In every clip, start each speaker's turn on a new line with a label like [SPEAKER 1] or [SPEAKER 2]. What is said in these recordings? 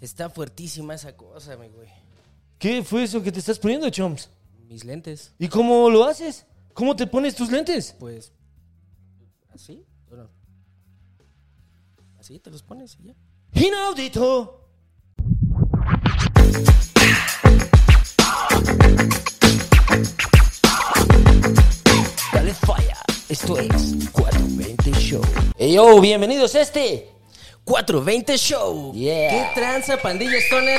[SPEAKER 1] Está fuertísima esa cosa, mi güey.
[SPEAKER 2] ¿Qué fue eso que te estás poniendo, Choms?
[SPEAKER 1] Mis lentes,
[SPEAKER 2] ¿Y cómo lo haces? ¿Cómo te pones tus lentes?
[SPEAKER 1] pues. ¿Así? Bueno, así te los pones y ya.
[SPEAKER 2] Inaudito. Dale falla. Esto es 420 Show. Hey yo, bienvenidos a este.
[SPEAKER 1] 420 Show.
[SPEAKER 2] Yeah.
[SPEAKER 1] ¿Qué tranza, pandilla Stoner?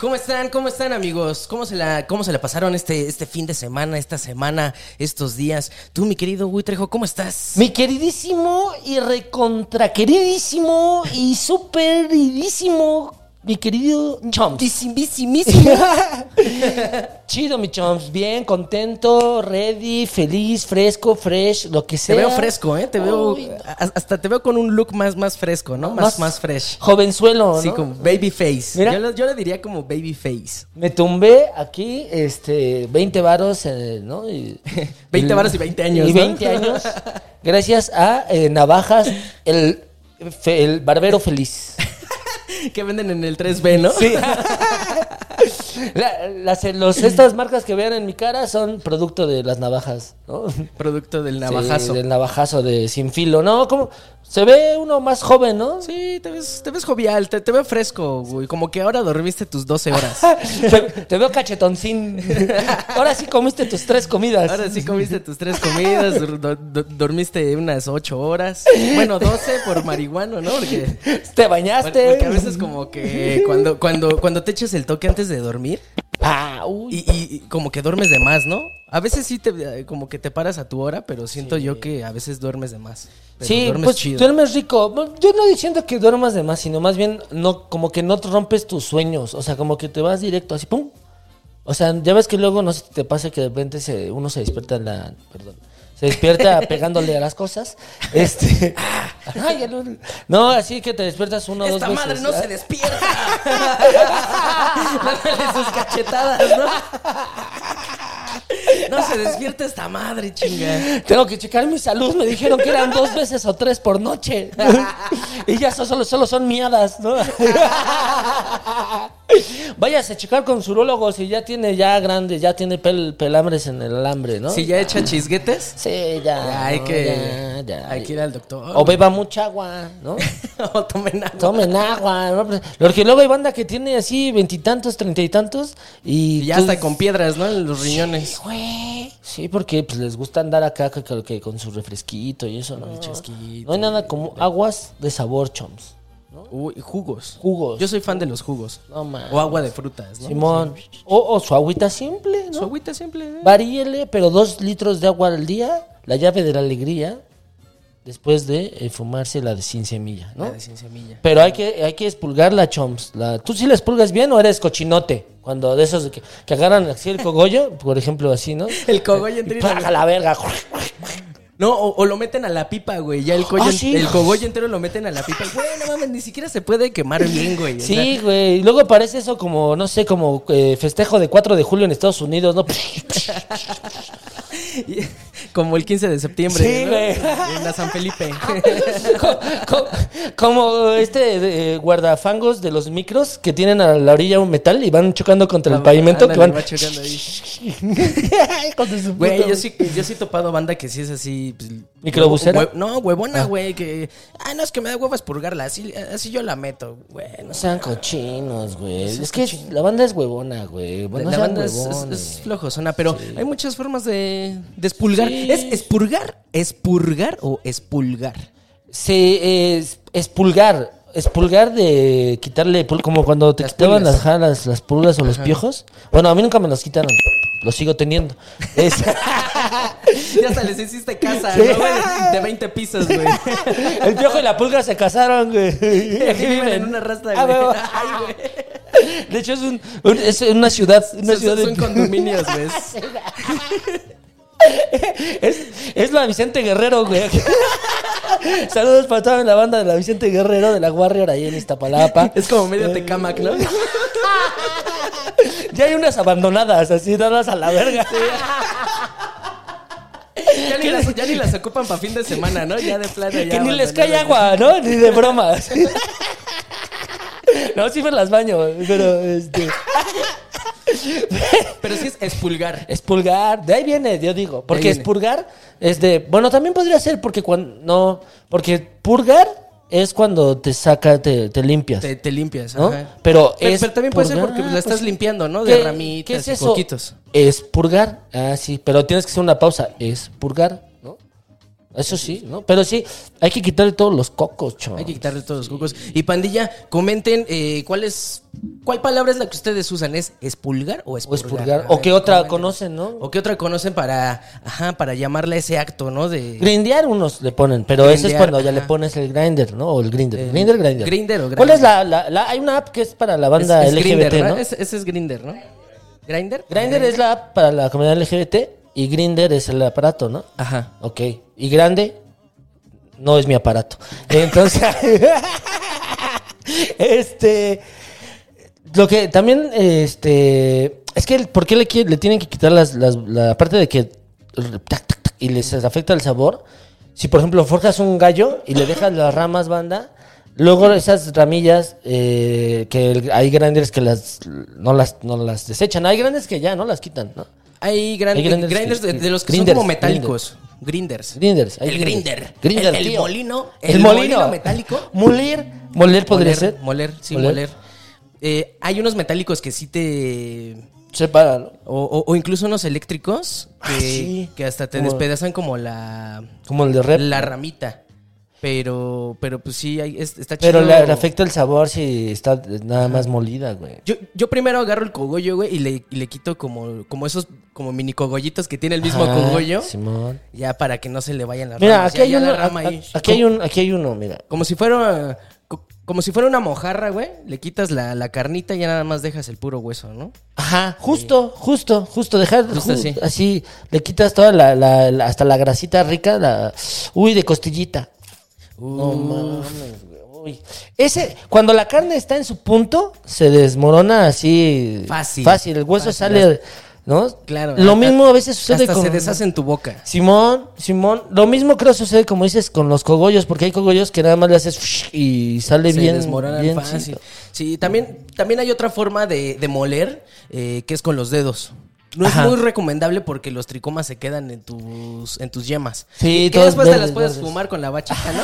[SPEAKER 1] ¿Cómo están? ¿Cómo están, amigos? ¿Cómo se la, cómo se la pasaron este, este fin de semana, esta semana, estos días? Tú, mi querido Gui Trejo, ¿cómo estás?
[SPEAKER 2] Mi queridísimo y recontraqueridísimo y superidísimo, mi querido Chomps. Chido, mi Chomps. Bien, contento, ready, feliz, fresco, fresh, lo que
[SPEAKER 1] Te
[SPEAKER 2] sea.
[SPEAKER 1] veo fresco, ¿eh? Te veo.
[SPEAKER 2] Uy,
[SPEAKER 1] a- Hasta te veo con un look más, más fresco, ¿no? Más, más fresh.
[SPEAKER 2] Jovenzuelo, ¿no?
[SPEAKER 1] Sí, como baby face.
[SPEAKER 2] Mira.
[SPEAKER 1] Yo, lo- yo le diría como baby face.
[SPEAKER 2] Me tumbé aquí, este, 20 varos, eh, ¿no? Y-
[SPEAKER 1] 20 varos y 20 años,
[SPEAKER 2] Y
[SPEAKER 1] ¿no?
[SPEAKER 2] 20 años, gracias a eh, Navajas, el, fe- el barbero feliz.
[SPEAKER 1] Que venden en el 3B, ¿no? Sí.
[SPEAKER 2] La- las, los, estas marcas que vean en mi cara son producto de las navajas, ¿no?
[SPEAKER 1] Producto del navajazo.
[SPEAKER 2] Sí, del navajazo de sin filo, ¿no? Como, se ve uno más joven, ¿no?
[SPEAKER 1] Sí, te ves, te ves jovial, te, te veo fresco, güey. Como que ahora dormiste tus 12 horas.
[SPEAKER 2] te, te veo cachetoncín. Ahora sí comiste tus tres comidas.
[SPEAKER 1] Ahora sí comiste tus tres comidas, dur- do- do- dormiste unas 8 horas. Bueno, 12 por marihuano, ¿no? Porque,
[SPEAKER 2] Te bañaste.
[SPEAKER 1] porque a veces como que cuando, cuando, cuando te echas el toque antes de dormir
[SPEAKER 2] Ah, uy.
[SPEAKER 1] y, y- y como que duermes de más, ¿no? A veces sí te eh, como que te paras a tu hora, pero siento yo que a veces duermes de más. Pero
[SPEAKER 2] sí,
[SPEAKER 1] duermes
[SPEAKER 2] pues
[SPEAKER 1] chido.
[SPEAKER 2] duermes rico. Bueno, Yo no diciendo que duermas de más, sino más bien no como que no te rompes tus sueños, o sea, como que te vas directo así pum. O sea, ya ves que luego no sé si te pasa que de repente se, uno se despierta en la perdón, se despierta pegándole a las cosas. Este ay, el ul- no, así que te despiertas uno o dos
[SPEAKER 1] Esta
[SPEAKER 2] veces.
[SPEAKER 1] madre no
[SPEAKER 2] ¿ah?
[SPEAKER 1] se despierta. Dándole sus cachetadas, ¿no? No se despierta esta madre, chinga.
[SPEAKER 2] Tengo que checar mi salud. Me dijeron que eran dos veces o tres por noche. y ya so- solo, solo son miadas, ¿no? Váyase a checar con su urólogo si ya tiene ya grande, ya tiene pel- pelambres en el alambre, ¿no?
[SPEAKER 1] Si ya echa chisguetes,
[SPEAKER 2] Sí, ya.
[SPEAKER 1] ya hay que,
[SPEAKER 2] ya, ya.
[SPEAKER 1] hay que ir al doctor.
[SPEAKER 2] O beba mucha agua, ¿no?
[SPEAKER 1] O tomen agua.
[SPEAKER 2] Tomen agua. ¿no? Porque luego hay banda que tiene así veintitantos, treinta y tantos. Y,
[SPEAKER 1] Y ya
[SPEAKER 2] tú-
[SPEAKER 1] hasta con piedras, ¿no? En los
[SPEAKER 2] Sí,
[SPEAKER 1] riñones.
[SPEAKER 2] güey. Sí, porque pues, les gusta andar acá que- que- que con su refresquito y eso, ¿no?
[SPEAKER 1] chasquito.
[SPEAKER 2] No hay nada como aguas de sabor, choms.
[SPEAKER 1] Uy, jugos.
[SPEAKER 2] Jugos.
[SPEAKER 1] Yo soy fan de los jugos.
[SPEAKER 2] No mames.
[SPEAKER 1] O agua de frutas, ¿no?
[SPEAKER 2] Simón. O, o su agüita simple,
[SPEAKER 1] Su
[SPEAKER 2] ¿no?
[SPEAKER 1] agüita simple. ¿eh?
[SPEAKER 2] Varíele, pero dos litros de agua al día, la llave de la alegría, después de eh, fumarse la de sin semilla, ¿no?
[SPEAKER 1] La de sin semilla.
[SPEAKER 2] Pero hay que, hay que expulgarla, choms. La, ¿Tú sí la expulgas bien o eres cochinote? Cuando de esos que, que agarran así el cogollo, por ejemplo, así, ¿no?
[SPEAKER 1] El cogollo entero.
[SPEAKER 2] ¡Paga la verga!
[SPEAKER 1] No, o, o lo meten a la pipa, güey. Ya el, collo,
[SPEAKER 2] Ah, sí.
[SPEAKER 1] el cogollo entero lo meten a la pipa. Güey, no mames, ni siquiera se puede quemar bien, güey. O sea,
[SPEAKER 2] Sí, güey. Y luego parece eso como, no sé, como eh, festejo de 4 de julio en Estados Unidos, ¿no?
[SPEAKER 1] y- como el 15 de septiembre.
[SPEAKER 2] Sí,
[SPEAKER 1] ¿no?
[SPEAKER 2] güey.
[SPEAKER 1] En la San Felipe.
[SPEAKER 2] Co- co- como este eh, guardafangos de los micros que tienen a la orilla un metal y van chocando contra el pavimento que
[SPEAKER 1] Ah, Ándale,
[SPEAKER 2] van...
[SPEAKER 1] va chocando ahí.
[SPEAKER 2] Hijos de su
[SPEAKER 1] Güey,
[SPEAKER 2] puta
[SPEAKER 1] yo sí, yo sí he topado banda que sí es así. pues,
[SPEAKER 2] ¿Microbusera?
[SPEAKER 1] huevo- no, huevona, güey, que. Ah, no, es que me da huevas purgarla. Así, así yo la meto, güey. no
[SPEAKER 2] No
[SPEAKER 1] sé.
[SPEAKER 2] sean cochinos, güey. Es que la banda es huevona, güey. Bueno,
[SPEAKER 1] la
[SPEAKER 2] Pues sean
[SPEAKER 1] banda es, es,
[SPEAKER 2] huevones.
[SPEAKER 1] es flojosona, pero hay muchas formas de, de expulgar. ¿Es expurgar? ¿Expurgar o expulgar?
[SPEAKER 2] Se es, expulgar. Expulgar de quitarle pul- como cuando te
[SPEAKER 1] Las
[SPEAKER 2] quitaban
[SPEAKER 1] pulgas.
[SPEAKER 2] las jalas, las pulgas o los piojos. Bueno, a mí nunca me los quitaron. Los sigo teniendo. Es-
[SPEAKER 1] Ya hasta les hiciste casa,
[SPEAKER 2] Sí.
[SPEAKER 1] ¿no, güey? De 20 pisos, güey.
[SPEAKER 2] el piojo y la pulga se casaron, güey. Aquí
[SPEAKER 1] Viven en
[SPEAKER 2] viven.
[SPEAKER 1] una rasta,
[SPEAKER 2] Ah,
[SPEAKER 1] güey.
[SPEAKER 2] huevo.
[SPEAKER 1] Ay, güey.
[SPEAKER 2] De hecho, es, un- un- es una ciudad. Una
[SPEAKER 1] Son,
[SPEAKER 2] ciudad de-
[SPEAKER 1] son condominios, güey.
[SPEAKER 2] es, es la Vicente Guerrero, güey. Saludos para toda la banda de la Vicente Guerrero, de la Warrior, ahí en Iztapalapa.
[SPEAKER 1] Es como
[SPEAKER 2] Eh,
[SPEAKER 1] medio tecamac, ¿no?
[SPEAKER 2] Ya hay unas abandonadas, así, dadas a la verga.
[SPEAKER 1] Ya ni, las, ya ni las ocupan para fin de semana, ¿no? Ya de plano. ya
[SPEAKER 2] que ni les
[SPEAKER 1] abandonadas.
[SPEAKER 2] cae agua, ¿no? Ni de bromas. No, sí me las baño, pero este,
[SPEAKER 1] Pero sí es expulgar.
[SPEAKER 2] expulgar, de ahí viene, yo digo, porque
[SPEAKER 1] viene.
[SPEAKER 2] expurgar es de, bueno, también podría ser porque cuando no, porque purgar es cuando te saca, te, te limpias.
[SPEAKER 1] Te, te limpias,
[SPEAKER 2] ¿no?
[SPEAKER 1] ajá.
[SPEAKER 2] Pero,
[SPEAKER 1] Pero,
[SPEAKER 2] es
[SPEAKER 1] pero también puede ser
[SPEAKER 2] purgar,
[SPEAKER 1] porque la
[SPEAKER 2] pues,
[SPEAKER 1] estás limpiando, ¿no?
[SPEAKER 2] ¿qué-
[SPEAKER 1] De
[SPEAKER 2] qué
[SPEAKER 1] ramitas
[SPEAKER 2] es
[SPEAKER 1] y
[SPEAKER 2] eso?
[SPEAKER 1] coquitos.
[SPEAKER 2] Es purgar. Ah, sí, pero tienes que hacer una pausa. Es purgar, ¿no? Eso sí, ¿no? Pero sí, hay que quitarle todos los cocos, chaval.
[SPEAKER 1] Hay que quitarle todos los cucos. Y pandilla, comenten eh, cuál es. ¿Cuál palabra es la que ustedes usan? ¿Es expulgar o
[SPEAKER 2] O
[SPEAKER 1] expurgar?
[SPEAKER 2] es purgar.
[SPEAKER 1] A
[SPEAKER 2] Pues O
[SPEAKER 1] ver,
[SPEAKER 2] que otra
[SPEAKER 1] comenten.
[SPEAKER 2] conocen, ¿no?
[SPEAKER 1] ¿O qué otra conocen para, ajá, para llamarle a ese acto, ¿no? De
[SPEAKER 2] Grindear unos le ponen, pero eso es
[SPEAKER 1] Grindear,
[SPEAKER 2] cuando ya
[SPEAKER 1] ajá.
[SPEAKER 2] le pones el grinder, ¿no? O el grinder. grinder, grinder.
[SPEAKER 1] Grinder o
[SPEAKER 2] ¿Cuál
[SPEAKER 1] Grindr.
[SPEAKER 2] es la, la, la- Hay una app que es para la banda
[SPEAKER 1] es, es
[SPEAKER 2] LGBT,
[SPEAKER 1] Grindr, ¿no?
[SPEAKER 2] ¿no?
[SPEAKER 1] Es- ese es Grinder, ¿no? ¿Grinder?
[SPEAKER 2] Grinder es la app para la comunidad LGBT y grinder es el aparato, ¿no?
[SPEAKER 1] Ajá.
[SPEAKER 2] Ok. Y grande no es mi aparato. Entonces, este, lo que también, este, es que el- ¿por qué le, qui- le tienen que quitar las, las- la parte de que tac, tac, tac, y les afecta el sabor? Si por ejemplo forjas un gallo y le dejas las ramas banda, luego esas ramillas eh, que el- hay grandes que las no las no las desechan, hay grandes que ya no las quitan, ¿no?
[SPEAKER 1] Hay, gran-
[SPEAKER 2] Hay grinders
[SPEAKER 1] grinders de,
[SPEAKER 2] que-
[SPEAKER 1] de los que son
[SPEAKER 2] grinders,
[SPEAKER 1] como metálicos. Grinders.
[SPEAKER 2] Grinders. hay
[SPEAKER 1] El grinder.
[SPEAKER 2] Grinder,
[SPEAKER 1] El- el
[SPEAKER 2] tío.
[SPEAKER 1] molino. El molino metálico.
[SPEAKER 2] Moler. Moler podría
[SPEAKER 1] Moler,
[SPEAKER 2] ser.
[SPEAKER 1] Moler, sí, moler. Eh, hay unos metálicos que sí te.
[SPEAKER 2] Separa, ¿no?
[SPEAKER 1] O, o- o incluso unos eléctricos que,
[SPEAKER 2] Ah, sí.
[SPEAKER 1] que hasta te
[SPEAKER 2] Como-
[SPEAKER 1] despedazan como la,
[SPEAKER 2] Como el de rep.
[SPEAKER 1] la ramita. Pero, pero pues sí, hay- es- está chido.
[SPEAKER 2] Pero le, le afecta el sabor si está nada más molida, güey.
[SPEAKER 1] Yo, yo primero agarro el cogollo, güey, y le, y le quito como, como esos como mini cogollitos que tiene el mismo
[SPEAKER 2] Ajá,
[SPEAKER 1] cogollo.
[SPEAKER 2] Simón.
[SPEAKER 1] Ya para que no se le vayan las
[SPEAKER 2] Mira,
[SPEAKER 1] ramas.
[SPEAKER 2] aquí
[SPEAKER 1] Ya-
[SPEAKER 2] hay,
[SPEAKER 1] ya la
[SPEAKER 2] uno,
[SPEAKER 1] rama
[SPEAKER 2] a-
[SPEAKER 1] ahí.
[SPEAKER 2] a- aquí hay un, aquí hay uno, mira.
[SPEAKER 1] Como si fuera. co- Como si fuera una mojarra, güey. Le quitas la, la carnita y ya nada más dejas el puro hueso, ¿no?
[SPEAKER 2] Ajá, justo, justo, justo, dejar
[SPEAKER 1] Justo
[SPEAKER 2] ju-
[SPEAKER 1] así.
[SPEAKER 2] así. le quitas toda la, la- la- hasta la grasita rica, la, uy, de costillita. No mames, güey, uy. Ese, cuando la carne está en su punto, se desmorona así.
[SPEAKER 1] Fácil.
[SPEAKER 2] Fácil, el hueso sale, ¿no?
[SPEAKER 1] Claro.
[SPEAKER 2] Lo
[SPEAKER 1] hasta-
[SPEAKER 2] mismo a veces sucede
[SPEAKER 1] hasta
[SPEAKER 2] con.
[SPEAKER 1] se deshace en tu boca.
[SPEAKER 2] Simón, Simón, lo mismo creo sucede como dices con los cogollos, porque hay cogollos que nada más le haces y sale
[SPEAKER 1] Se
[SPEAKER 2] bien.
[SPEAKER 1] desmoronan
[SPEAKER 2] bien
[SPEAKER 1] fácil.
[SPEAKER 2] chido.
[SPEAKER 1] Sí, también, también hay otra forma de, de moler, eh, que es con los dedos. No es
[SPEAKER 2] Ajá.
[SPEAKER 1] muy recomendable porque los tricomas se quedan en tus, en tus yemas.
[SPEAKER 2] Sí,
[SPEAKER 1] que
[SPEAKER 2] todas
[SPEAKER 1] después te las
[SPEAKER 2] verdes,
[SPEAKER 1] puedes
[SPEAKER 2] verdes.
[SPEAKER 1] fumar con la bachita, ¿no?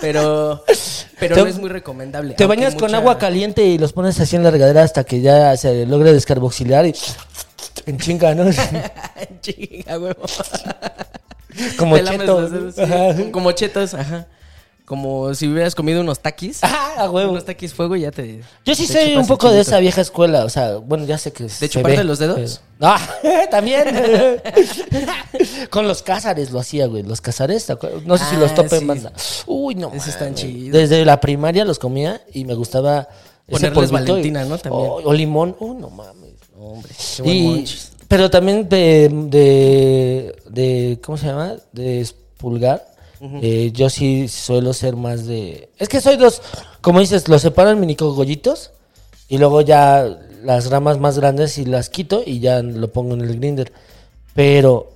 [SPEAKER 1] Pero, pero
[SPEAKER 2] Te-
[SPEAKER 1] no es muy recomendable.
[SPEAKER 2] Te
[SPEAKER 1] aunque
[SPEAKER 2] bañas con
[SPEAKER 1] mucha-
[SPEAKER 2] agua caliente y los pones así en la regadera hasta que ya se logre descarboxilar y en chinga, ¿no?
[SPEAKER 1] Chinga, huevo.
[SPEAKER 2] Como
[SPEAKER 1] Te lames
[SPEAKER 2] cheto.
[SPEAKER 1] los
[SPEAKER 2] ¿no?
[SPEAKER 1] dedos, sí,
[SPEAKER 2] Ajá.
[SPEAKER 1] Como chetos, ajá. Como si hubieras comido unos taquis.
[SPEAKER 2] Ah, a huevo.
[SPEAKER 1] Unos taquis fuego y ya te.
[SPEAKER 2] Yo sí
[SPEAKER 1] te
[SPEAKER 2] soy
[SPEAKER 1] chupas
[SPEAKER 2] un
[SPEAKER 1] el
[SPEAKER 2] poco de
[SPEAKER 1] chinito.
[SPEAKER 2] esa vieja escuela, o sea, bueno, ya sé que se
[SPEAKER 1] chuparte
[SPEAKER 2] ve,
[SPEAKER 1] los dedos?
[SPEAKER 2] pero- Ah, también. Con los cázares lo hacía, güey, los cázares, ¿te acuerdas? No sé si
[SPEAKER 1] Ah,
[SPEAKER 2] los tope
[SPEAKER 1] sí.
[SPEAKER 2] en banda. Uy, no
[SPEAKER 1] Esos están
[SPEAKER 2] mames.
[SPEAKER 1] chidos.
[SPEAKER 2] Desde la primaria los comía y me gustaba ese
[SPEAKER 1] Ponerles
[SPEAKER 2] polvito y-
[SPEAKER 1] Valentina, ¿no? También.
[SPEAKER 2] o- o limón. Uy, no mames.
[SPEAKER 1] Hombre, qué buen
[SPEAKER 2] Y,
[SPEAKER 1] monchis.
[SPEAKER 2] pero también de, de, de- ¿Cómo se llama? De expulgar. Eh, yo sí suelo ser más de. Es que soy dos. Como dices, los separo en mini cogollitos. Y luego ya las ramas más grandes y las quito y ya lo pongo en el grinder. Pero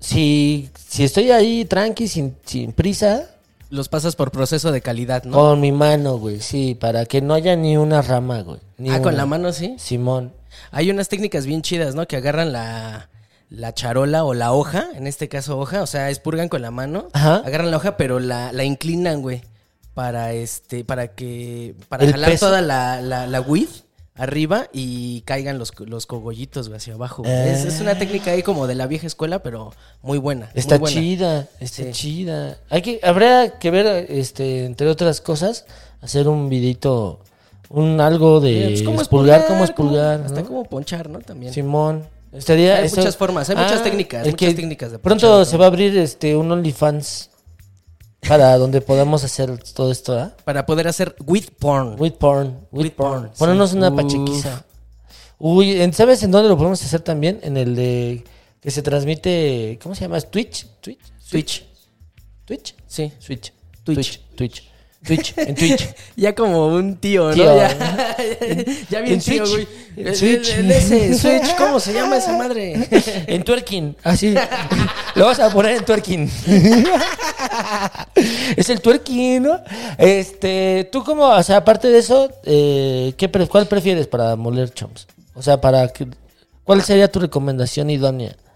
[SPEAKER 2] si, si estoy ahí tranqui, sin, sin prisa,
[SPEAKER 1] Los pasas por proceso de calidad, ¿no?
[SPEAKER 2] con mi mano, güey. Sí, para que no haya ni una rama, güey. ni
[SPEAKER 1] ah, con
[SPEAKER 2] una.
[SPEAKER 1] la mano, sí.
[SPEAKER 2] Simón.
[SPEAKER 1] Hay unas técnicas bien chidas, ¿no? Que agarran la, la charola o la hoja, en este caso hoja, o sea, expurgan con la mano,
[SPEAKER 2] Ajá.
[SPEAKER 1] agarran la hoja, pero la, la inclinan, güey, para este, para que, para
[SPEAKER 2] El
[SPEAKER 1] jalar
[SPEAKER 2] peso.
[SPEAKER 1] toda la, la, la weed arriba y caigan los, los cogollitos, güey, hacia abajo. güey. Es, es una técnica ahí como de la vieja escuela, pero muy buena. muy
[SPEAKER 2] Ah. Está
[SPEAKER 1] buena.
[SPEAKER 2] chida, está chida. Hay que, habría que ver, este, entre otras cosas, hacer un vidito, un algo de
[SPEAKER 1] Pues, ¿cómo
[SPEAKER 2] expulgar, cómo
[SPEAKER 1] cómo-
[SPEAKER 2] expulgar,
[SPEAKER 1] Hasta
[SPEAKER 2] ¿no?
[SPEAKER 1] como ponchar, ¿no? También.
[SPEAKER 2] Simón. Estaría,
[SPEAKER 1] Hay
[SPEAKER 2] eso-
[SPEAKER 1] muchas formas, hay muchas técnicas,
[SPEAKER 2] el
[SPEAKER 1] muchas
[SPEAKER 2] que
[SPEAKER 1] técnicas de
[SPEAKER 2] Pronto
[SPEAKER 1] ponchar,
[SPEAKER 2] se va a abrir este un OnlyFans para donde podamos hacer todo esto, ¿ah?
[SPEAKER 1] Para poder hacer weed porn.
[SPEAKER 2] With porn, with,
[SPEAKER 1] With
[SPEAKER 2] porn.
[SPEAKER 1] porn,
[SPEAKER 2] Ponernos
[SPEAKER 1] sí.
[SPEAKER 2] una
[SPEAKER 1] Uf.
[SPEAKER 2] pachequiza. Uy, ¿en- ¿sabes en dónde lo podemos hacer también? En el de que se transmite, ¿cómo se llama? ¿Es ¿Twitch? ¿Twitch?
[SPEAKER 1] Twitch.
[SPEAKER 2] ¿Twitch?
[SPEAKER 1] Sí.
[SPEAKER 2] Switch.
[SPEAKER 1] Twitch.
[SPEAKER 2] Twitch. Twitch, en Twitch.
[SPEAKER 1] Ya como un tío, ¿no?
[SPEAKER 2] Tío.
[SPEAKER 1] Ya, ya bien
[SPEAKER 2] En
[SPEAKER 1] tío,
[SPEAKER 2] Switch.
[SPEAKER 1] güey.
[SPEAKER 2] En
[SPEAKER 1] En-
[SPEAKER 2] Switch.
[SPEAKER 1] en ese Switch, ¿cómo se llama esa madre?
[SPEAKER 2] En twerking,
[SPEAKER 1] Ah,
[SPEAKER 2] así. Lo vas a poner en twerking. es el twerking, ¿no? Este, tú como, o sea, aparte de eso, eh, ¿qué pre- ¿cuál prefieres para moler chomps? O sea, para que- ¿cuál sería tu recomendación idónea?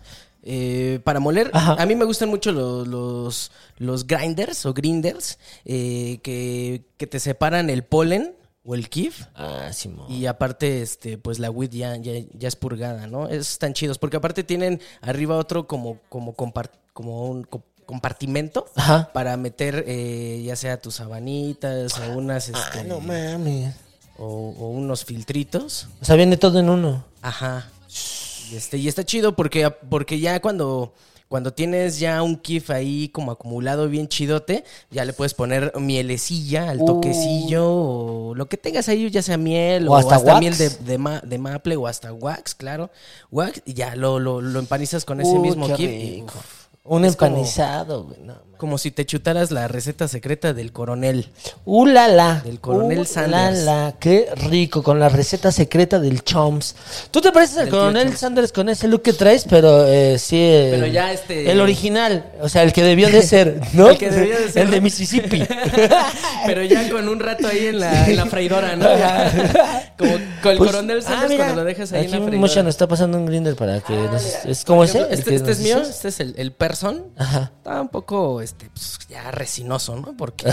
[SPEAKER 1] Eh, para moler,
[SPEAKER 2] Ajá.
[SPEAKER 1] a mí me gustan mucho los, los, los grinders o grinders eh, que, que te separan el polen o el kif.
[SPEAKER 2] Ah, Simón.
[SPEAKER 1] Y aparte, este, pues la weed ya, ya, ya es purgada, ¿no? Esos están chidos. Porque aparte tienen arriba otro como, como, compar- como un co- compartimento
[SPEAKER 2] Ajá.
[SPEAKER 1] para meter eh, ya sea tus sabanitas o unas este,
[SPEAKER 2] mames.
[SPEAKER 1] o, o unos filtritos.
[SPEAKER 2] O sea, viene todo en uno.
[SPEAKER 1] Ajá. Y, este, y está chido porque, porque ya cuando, cuando tienes ya un kif ahí como acumulado bien chidote, ya le puedes poner mielecilla al
[SPEAKER 2] Uh.
[SPEAKER 1] toquecillo o lo que tengas ahí, ya sea miel
[SPEAKER 2] O
[SPEAKER 1] o,
[SPEAKER 2] hasta
[SPEAKER 1] hasta,
[SPEAKER 2] wax.
[SPEAKER 1] miel de, de, ma- de maple o hasta wax, claro. Wax, y ya lo, lo, lo empanizas con ese
[SPEAKER 2] Uy,
[SPEAKER 1] mismo
[SPEAKER 2] qué
[SPEAKER 1] kif. y,
[SPEAKER 2] rico.
[SPEAKER 1] uf,
[SPEAKER 2] Un
[SPEAKER 1] Es como-
[SPEAKER 2] empanizado, güey. No, mames.
[SPEAKER 1] como si te chutaras la receta secreta del coronel.
[SPEAKER 2] ¡Uh, la, la!
[SPEAKER 1] Del coronel
[SPEAKER 2] ¡Uh,
[SPEAKER 1] Sanders.
[SPEAKER 2] La, la. ¡Qué rico! Con la receta secreta del Chomps. Tú te pareces al
[SPEAKER 1] Del tío
[SPEAKER 2] coronel
[SPEAKER 1] Chomps.
[SPEAKER 2] Sanders con ese look que traes, pero eh, sí. eh,
[SPEAKER 1] Pero ya este-
[SPEAKER 2] El original, o sea, el que debió de ser, ¿no?
[SPEAKER 1] El que debió de ser,
[SPEAKER 2] El de
[SPEAKER 1] ¿no?
[SPEAKER 2] Mississippi.
[SPEAKER 1] Pero ya con un rato ahí en la, en la freidora, ¿no? Ya, como con el
[SPEAKER 2] Pues,
[SPEAKER 1] coronel
[SPEAKER 2] ah,
[SPEAKER 1] Sanders
[SPEAKER 2] mira,
[SPEAKER 1] cuando lo dejas ahí en
[SPEAKER 2] aquí
[SPEAKER 1] la freidora. Ah,
[SPEAKER 2] Mucha nos está pasando un grinder para que nos- ¿Es como ese? el
[SPEAKER 1] Este,
[SPEAKER 2] que
[SPEAKER 1] este es
[SPEAKER 2] nos
[SPEAKER 1] mío,
[SPEAKER 2] dices.
[SPEAKER 1] este es el, el person.
[SPEAKER 2] Ajá.
[SPEAKER 1] Está un poco, este, pues, ya resinoso, ¿no? Porque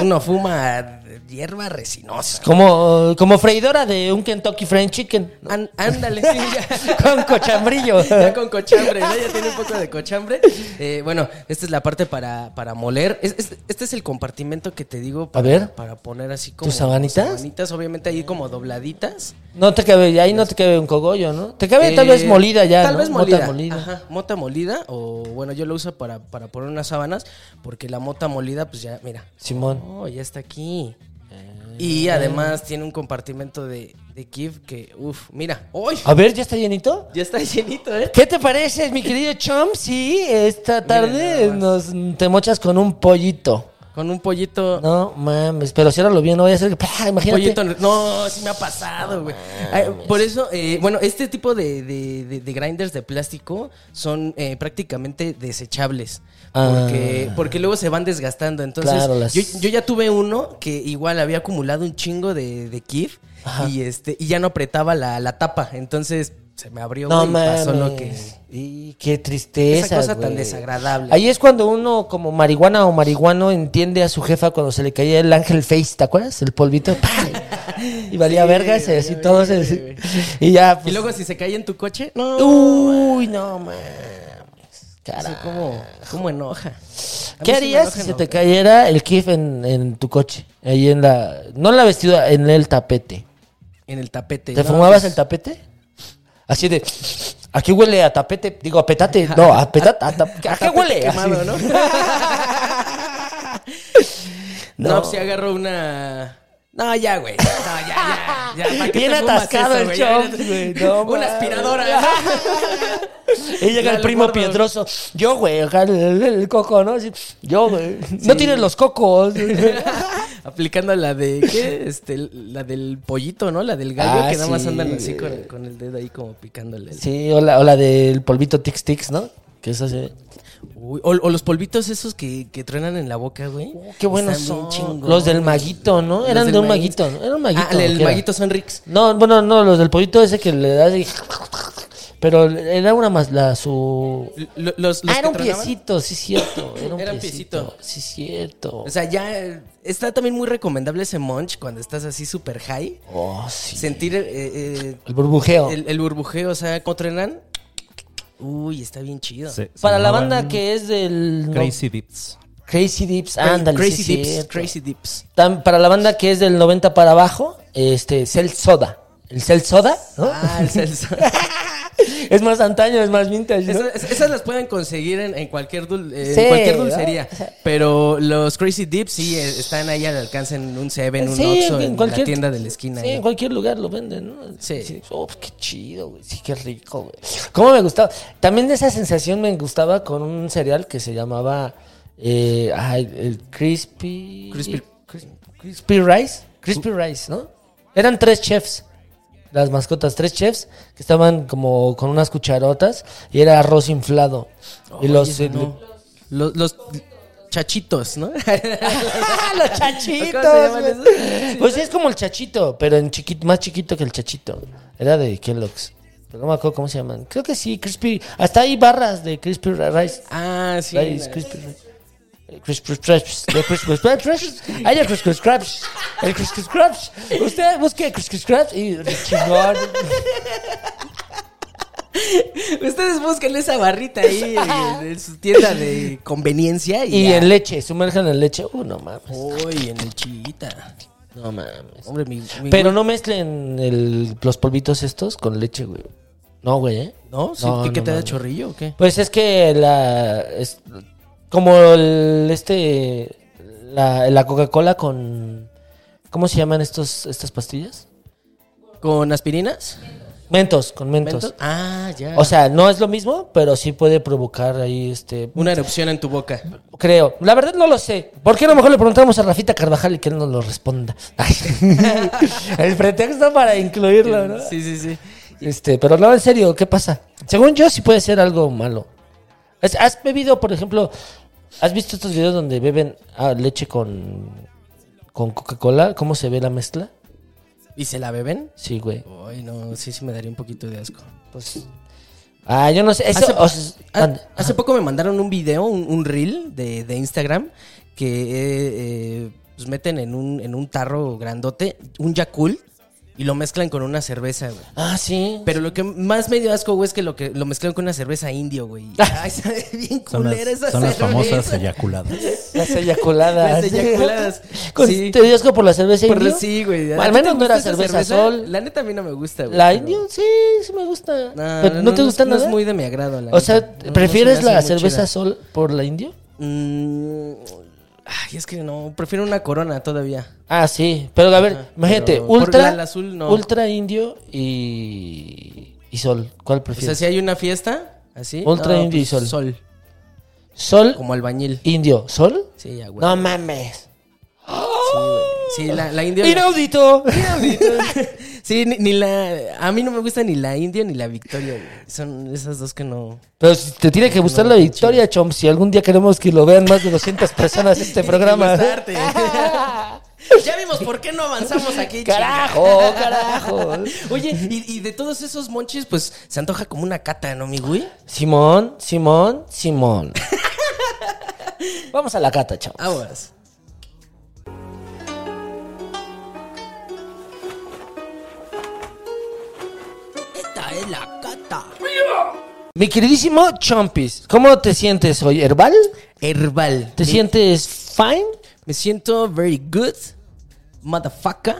[SPEAKER 1] uno fuma hierba resinosa.
[SPEAKER 2] Como, como freidora de un Kentucky Fried Chicken.
[SPEAKER 1] An- ándale, sí, ya.
[SPEAKER 2] Con cochambrillo.
[SPEAKER 1] Ya con cochambre, ¿no? Ya tiene un poco de cochambre. Eh, bueno, esta es la parte para, para moler. Es- es- este es el compartimento que te digo para,
[SPEAKER 2] ver.
[SPEAKER 1] para poner así como.
[SPEAKER 2] ¿Tus sabanitas?
[SPEAKER 1] sabanitas, obviamente ahí como dobladitas.
[SPEAKER 2] No te cabe, ahí no te cabe un cogollo, ¿no? Te cabe tal
[SPEAKER 1] Eh,
[SPEAKER 2] vez molida ya,
[SPEAKER 1] Tal
[SPEAKER 2] ¿no?
[SPEAKER 1] vez
[SPEAKER 2] Mota
[SPEAKER 1] molida. Ajá, Mota
[SPEAKER 2] molida.
[SPEAKER 1] molida. O bueno, yo lo uso para, para poner unas sábanas. Porque la mota molida, pues ya, mira.
[SPEAKER 2] Simón.
[SPEAKER 1] Oh, ya está aquí.
[SPEAKER 2] Eh.
[SPEAKER 1] Y además tiene un compartimento de, de Kif que, uff, mira. ¡Uy!
[SPEAKER 2] A ver, ¿ya está llenito?
[SPEAKER 1] Ya está llenito, ¿eh?
[SPEAKER 2] ¿Qué te parece, mi querido Chomp? Sí, esta tarde
[SPEAKER 1] Miren
[SPEAKER 2] nos te mochas con un pollito.
[SPEAKER 1] Con un pollito.
[SPEAKER 2] No mames, pero ciérralo bien, no vaya a ser que. ¡pah! Imagínate.
[SPEAKER 1] Pollito, no, sí me ha pasado, güey.
[SPEAKER 2] Ah,
[SPEAKER 1] Ay, Por eso, eh, bueno, este tipo de, de- de- de grinders de plástico son eh, prácticamente desechables. Porque,
[SPEAKER 2] Ah.
[SPEAKER 1] porque luego se van desgastando. Entonces,
[SPEAKER 2] Claro, las-
[SPEAKER 1] yo, yo ya tuve uno que igual había acumulado un chingo de, de kif y este, y ya no apretaba la, la tapa. Entonces se me abrió
[SPEAKER 2] No
[SPEAKER 1] güey, y pasó lo que.
[SPEAKER 2] mames. Y qué tristeza.
[SPEAKER 1] Esa cosa tan
[SPEAKER 2] güey.
[SPEAKER 1] desagradable.
[SPEAKER 2] Ahí es cuando uno, como marihuana o marihuano, entiende a su jefa cuando se le caía el ángel face, ¿te acuerdas? El polvito. ¡pah! Y valía
[SPEAKER 1] Sí,
[SPEAKER 2] verga ese,
[SPEAKER 1] valía
[SPEAKER 2] así todos.
[SPEAKER 1] verga,
[SPEAKER 2] así.
[SPEAKER 1] güey.
[SPEAKER 2] Y ya,
[SPEAKER 1] Y
[SPEAKER 2] pues.
[SPEAKER 1] luego si se cae en tu coche, no.
[SPEAKER 2] Uy, no mames.
[SPEAKER 1] Eso
[SPEAKER 2] Cara.
[SPEAKER 1] como, como enoja. A mí sí
[SPEAKER 2] Uh, ¿Qué
[SPEAKER 1] me
[SPEAKER 2] harías
[SPEAKER 1] enoja
[SPEAKER 2] si se
[SPEAKER 1] enojar.
[SPEAKER 2] te cayera el kif en, en tu coche? Ahí en la. No en la vestida, en el tapete.
[SPEAKER 1] En el tapete.
[SPEAKER 2] ¿Te
[SPEAKER 1] No,
[SPEAKER 2] fumabas
[SPEAKER 1] pues,
[SPEAKER 2] el tapete? Así de. ¿A qué huele a tapete? Digo, a petate. No, a petate. ¿A, ta- ¿a qué
[SPEAKER 1] tapete
[SPEAKER 2] huele? Así.
[SPEAKER 1] quemado, ¿no? No,
[SPEAKER 2] No.
[SPEAKER 1] pues si agarro una. No, ya, güey. No, ya, ya. ya. ¿Para qué
[SPEAKER 2] Bien
[SPEAKER 1] te fumas
[SPEAKER 2] atascado
[SPEAKER 1] eso,
[SPEAKER 2] el
[SPEAKER 1] güey?
[SPEAKER 2] chomps,
[SPEAKER 1] Ya,
[SPEAKER 2] güey.
[SPEAKER 1] ya.
[SPEAKER 2] No, mames.
[SPEAKER 1] una aspiradora.
[SPEAKER 2] Y llega
[SPEAKER 1] Ya
[SPEAKER 2] el
[SPEAKER 1] lo
[SPEAKER 2] primo
[SPEAKER 1] guardo.
[SPEAKER 2] piedroso. Yo, güey, acá el, el coco, ¿no? Así, yo, güey. No tienes los cocos.
[SPEAKER 1] Aplicando la de. ¿Qué? Este, la del pollito, ¿no? La del gallo
[SPEAKER 2] Ah,
[SPEAKER 1] que nada más
[SPEAKER 2] sí,
[SPEAKER 1] andan así
[SPEAKER 2] güey.
[SPEAKER 1] con, con el dedo ahí como picándole. el-
[SPEAKER 2] Sí, o la, o la del polvito Tix Tix, ¿no? Que es así.
[SPEAKER 1] Uy, o, o los polvitos esos que, que truenan en la boca, güey.
[SPEAKER 2] Oh, Qué buenos
[SPEAKER 1] Están bien
[SPEAKER 2] son.
[SPEAKER 1] chingones.
[SPEAKER 2] Los del maguito, ¿no?
[SPEAKER 1] Los
[SPEAKER 2] Eran
[SPEAKER 1] del
[SPEAKER 2] de un
[SPEAKER 1] maguito.
[SPEAKER 2] maguito. ¿no? Era un maguito.
[SPEAKER 1] Ah, el
[SPEAKER 2] ¿qué era?
[SPEAKER 1] maguito son ricks.
[SPEAKER 2] No, bueno, no, los del pollito ese que le das y... Pero era una más la su...
[SPEAKER 1] Lo- Los, los
[SPEAKER 2] Ah, era
[SPEAKER 1] que
[SPEAKER 2] un
[SPEAKER 1] tronaban.
[SPEAKER 2] piecito, sí cierto. Era un
[SPEAKER 1] Era un
[SPEAKER 2] piecito.
[SPEAKER 1] piecito.
[SPEAKER 2] Sí cierto.
[SPEAKER 1] O sea, ya eh, está también muy recomendable ese munch cuando estás así super high.
[SPEAKER 2] Oh, sí.
[SPEAKER 1] Sentir eh, eh,
[SPEAKER 2] El burbujeo.
[SPEAKER 1] el, el burbujeo, o sea, ¿cómo truenan? Uy, está bien chido.
[SPEAKER 3] Se- se
[SPEAKER 2] Para la
[SPEAKER 3] llamaban
[SPEAKER 2] banda que es del... no-
[SPEAKER 3] Crazy Dips.
[SPEAKER 2] Crazy Dips. Ándale,
[SPEAKER 1] Crazy
[SPEAKER 2] sí
[SPEAKER 1] Dips,
[SPEAKER 2] cierto.
[SPEAKER 1] Crazy Dips.
[SPEAKER 2] Tam- para la banda que es del 90 para abajo, este, es el soda. El cel soda, ¿no?
[SPEAKER 1] Ah, el salsa.
[SPEAKER 2] Es más antaño, es más vintage, ¿no?
[SPEAKER 1] Esas, esas las pueden conseguir en, en cualquier, dul- eh, en
[SPEAKER 2] Sí,
[SPEAKER 1] cualquier
[SPEAKER 2] ¿no?
[SPEAKER 1] dulcería. Pero los Crazy Dips sí eh, están ahí al alcance en un Seven, un
[SPEAKER 2] Sí,
[SPEAKER 1] Oxxo, en, la tienda de la esquina.
[SPEAKER 2] Sí,
[SPEAKER 1] ahí.
[SPEAKER 2] en cualquier lugar lo venden, ¿no?
[SPEAKER 1] Sí.
[SPEAKER 2] Oh, pues, qué chido, güey. Sí, qué rico, güey. ¿Cómo me gustaba? También esa sensación me gustaba con un cereal que se llamaba. eh, ay, el Crispy.
[SPEAKER 1] Crispy-
[SPEAKER 2] Cris- Crispy Rice. Crispy Rice, ¿no? Eran tres chefs. Las mascotas, tres chefs que estaban como con unas cucharotas y era arroz inflado. y
[SPEAKER 1] Oye,
[SPEAKER 2] los, eh,
[SPEAKER 1] eso no. los, los chachitos, ¿no?
[SPEAKER 2] los chachitos. güey. Pues sí, es como el chachito, pero en chiquito, más chiquito que el chachito. Era de Kellogg's. Pero no me acuerdo cómo se llaman. Creo que sí, Crispy. Hasta hay barras de Crispy Rice.
[SPEAKER 1] Ah, sí.
[SPEAKER 2] Rice, Crispy Rice. Eh, Crispy Scraps, de Crispy Scraps, hay de Crispy Scraps, el Crispy Scraps. Usted busque Crispy Scraps y chingón.
[SPEAKER 1] Ustedes busquen esa barrita ahí en, en su tienda de conveniencia y,
[SPEAKER 2] Y
[SPEAKER 1] ya.
[SPEAKER 2] en leche, sumerjan en leche. Uh, no mames.
[SPEAKER 1] Uy, en el chillita.
[SPEAKER 2] No mames.
[SPEAKER 1] Hombre, mi, mi
[SPEAKER 2] Pero no mezclen el- los polvitos estos con leche, güey. No, güey, ¿eh?
[SPEAKER 1] ¿No? ¿Sí?
[SPEAKER 2] No,
[SPEAKER 1] ¿Qué, qué
[SPEAKER 2] no
[SPEAKER 1] te da
[SPEAKER 2] mames.
[SPEAKER 1] chorrillo o qué?
[SPEAKER 2] Pues es que la. es- como el. Este. La, la Coca-Cola con. ¿Cómo se llaman estos, estas pastillas?
[SPEAKER 1] ¿Con aspirinas?
[SPEAKER 2] Mentos, con mentos.
[SPEAKER 1] ¿Mentos? Ah, ya.
[SPEAKER 2] O sea, no es lo mismo, pero sí puede provocar ahí este.
[SPEAKER 1] una erupción en tu boca.
[SPEAKER 2] Creo. La verdad no lo sé. ¿Por qué a lo mejor le preguntamos a Rafita Carvajal y que él nos lo responda? Ay. el pretexto para incluirlo, ¿no?
[SPEAKER 1] Sí, sí, sí.
[SPEAKER 2] Este, pero no, en serio, ¿qué pasa? Según yo, sí puede ser algo malo. Es- ¿Has bebido, por ejemplo, has visto estos videos donde beben ah, leche con, con Coca-Cola? ¿Cómo se ve la mezcla?
[SPEAKER 1] ¿Y se la beben?
[SPEAKER 2] Sí, güey.
[SPEAKER 1] Ay, no, sí, sí me daría un poquito de asco.
[SPEAKER 2] Pues. Ah, yo no sé. Eso,
[SPEAKER 1] Hace,
[SPEAKER 2] o sea, ah,
[SPEAKER 1] ha-
[SPEAKER 2] and-
[SPEAKER 1] Ah, hace poco me mandaron un video, un, un reel de, de Instagram que eh, eh, pues meten en un, en un tarro grandote un Yakult y lo mezclan con una cerveza, güey.
[SPEAKER 2] ah, sí.
[SPEAKER 1] Pero lo que más me dio asco, güey, es que lo, que lo mezclaron con una cerveza indio, güey. Ay, sabe bien
[SPEAKER 3] Son las,
[SPEAKER 1] culera esa
[SPEAKER 3] son las
[SPEAKER 1] cerveza.
[SPEAKER 3] famosas eyaculadas.
[SPEAKER 2] Las eyaculadas.
[SPEAKER 1] Las eyaculadas.
[SPEAKER 2] Con-
[SPEAKER 1] Sí.
[SPEAKER 2] ¿Te dio asco por la cerveza
[SPEAKER 1] Por
[SPEAKER 2] indio?
[SPEAKER 1] lo- sí, güey. ¿A
[SPEAKER 2] Al
[SPEAKER 1] ti te
[SPEAKER 2] menos no
[SPEAKER 1] gusta
[SPEAKER 2] era
[SPEAKER 1] esa
[SPEAKER 2] cerveza, sol.
[SPEAKER 1] La neta a mí no me gusta, güey.
[SPEAKER 2] La
[SPEAKER 1] pero-
[SPEAKER 2] indio, sí, sí me gusta.
[SPEAKER 1] No,
[SPEAKER 2] Pero ¿No, te gusta
[SPEAKER 1] no
[SPEAKER 2] nada?
[SPEAKER 1] es muy de mi agrado, la
[SPEAKER 2] O sea,
[SPEAKER 1] neta. No, no
[SPEAKER 2] ¿prefieres
[SPEAKER 1] se me hace
[SPEAKER 2] la
[SPEAKER 1] muy
[SPEAKER 2] cerveza
[SPEAKER 1] chida.
[SPEAKER 2] sol por la indio?
[SPEAKER 1] Mm, ay, es que no, prefiero una corona todavía.
[SPEAKER 2] Ah, sí. Pero a ver, imagínate,
[SPEAKER 1] pero por
[SPEAKER 2] ultra,
[SPEAKER 1] la- la azul no.
[SPEAKER 2] ultra indio y, y sol. ¿Cuál
[SPEAKER 1] O sea,
[SPEAKER 2] prefieres?
[SPEAKER 1] si hay una fiesta, así.
[SPEAKER 2] Ultra indio y
[SPEAKER 1] pues,
[SPEAKER 2] sol.
[SPEAKER 1] Sol,
[SPEAKER 2] sol,
[SPEAKER 1] como albañil.
[SPEAKER 2] indio, sol.
[SPEAKER 1] Sí, ya, güey.
[SPEAKER 2] No mames.
[SPEAKER 1] Sí, la, la indio.
[SPEAKER 2] Inaudito.
[SPEAKER 1] Sí, ni, ni la. A mí no me gusta ni la indio ni la victoria, güey. Son esas dos que no.
[SPEAKER 2] Pero si te tiene que gustar la victoria, Chom. Si algún día queremos que lo vean más de 200 personas este programa.
[SPEAKER 1] Gustarte. ya vimos por qué no avanzamos aquí, chinga.
[SPEAKER 2] Carajo, carajo.
[SPEAKER 1] Oye, y, y de todos esos monchis, pues se antoja como una cata, ¿no, mi güey?
[SPEAKER 2] Simón, Simón, Simón. Vamos a la cata, Chom.
[SPEAKER 1] Aguas. Esta es la cata.
[SPEAKER 2] Mi queridísimo Chompis, ¿cómo te sientes hoy? ¿Herbal?
[SPEAKER 1] Herbal.
[SPEAKER 2] ¿Te sientes fine?
[SPEAKER 1] Me siento very good, motherfucker.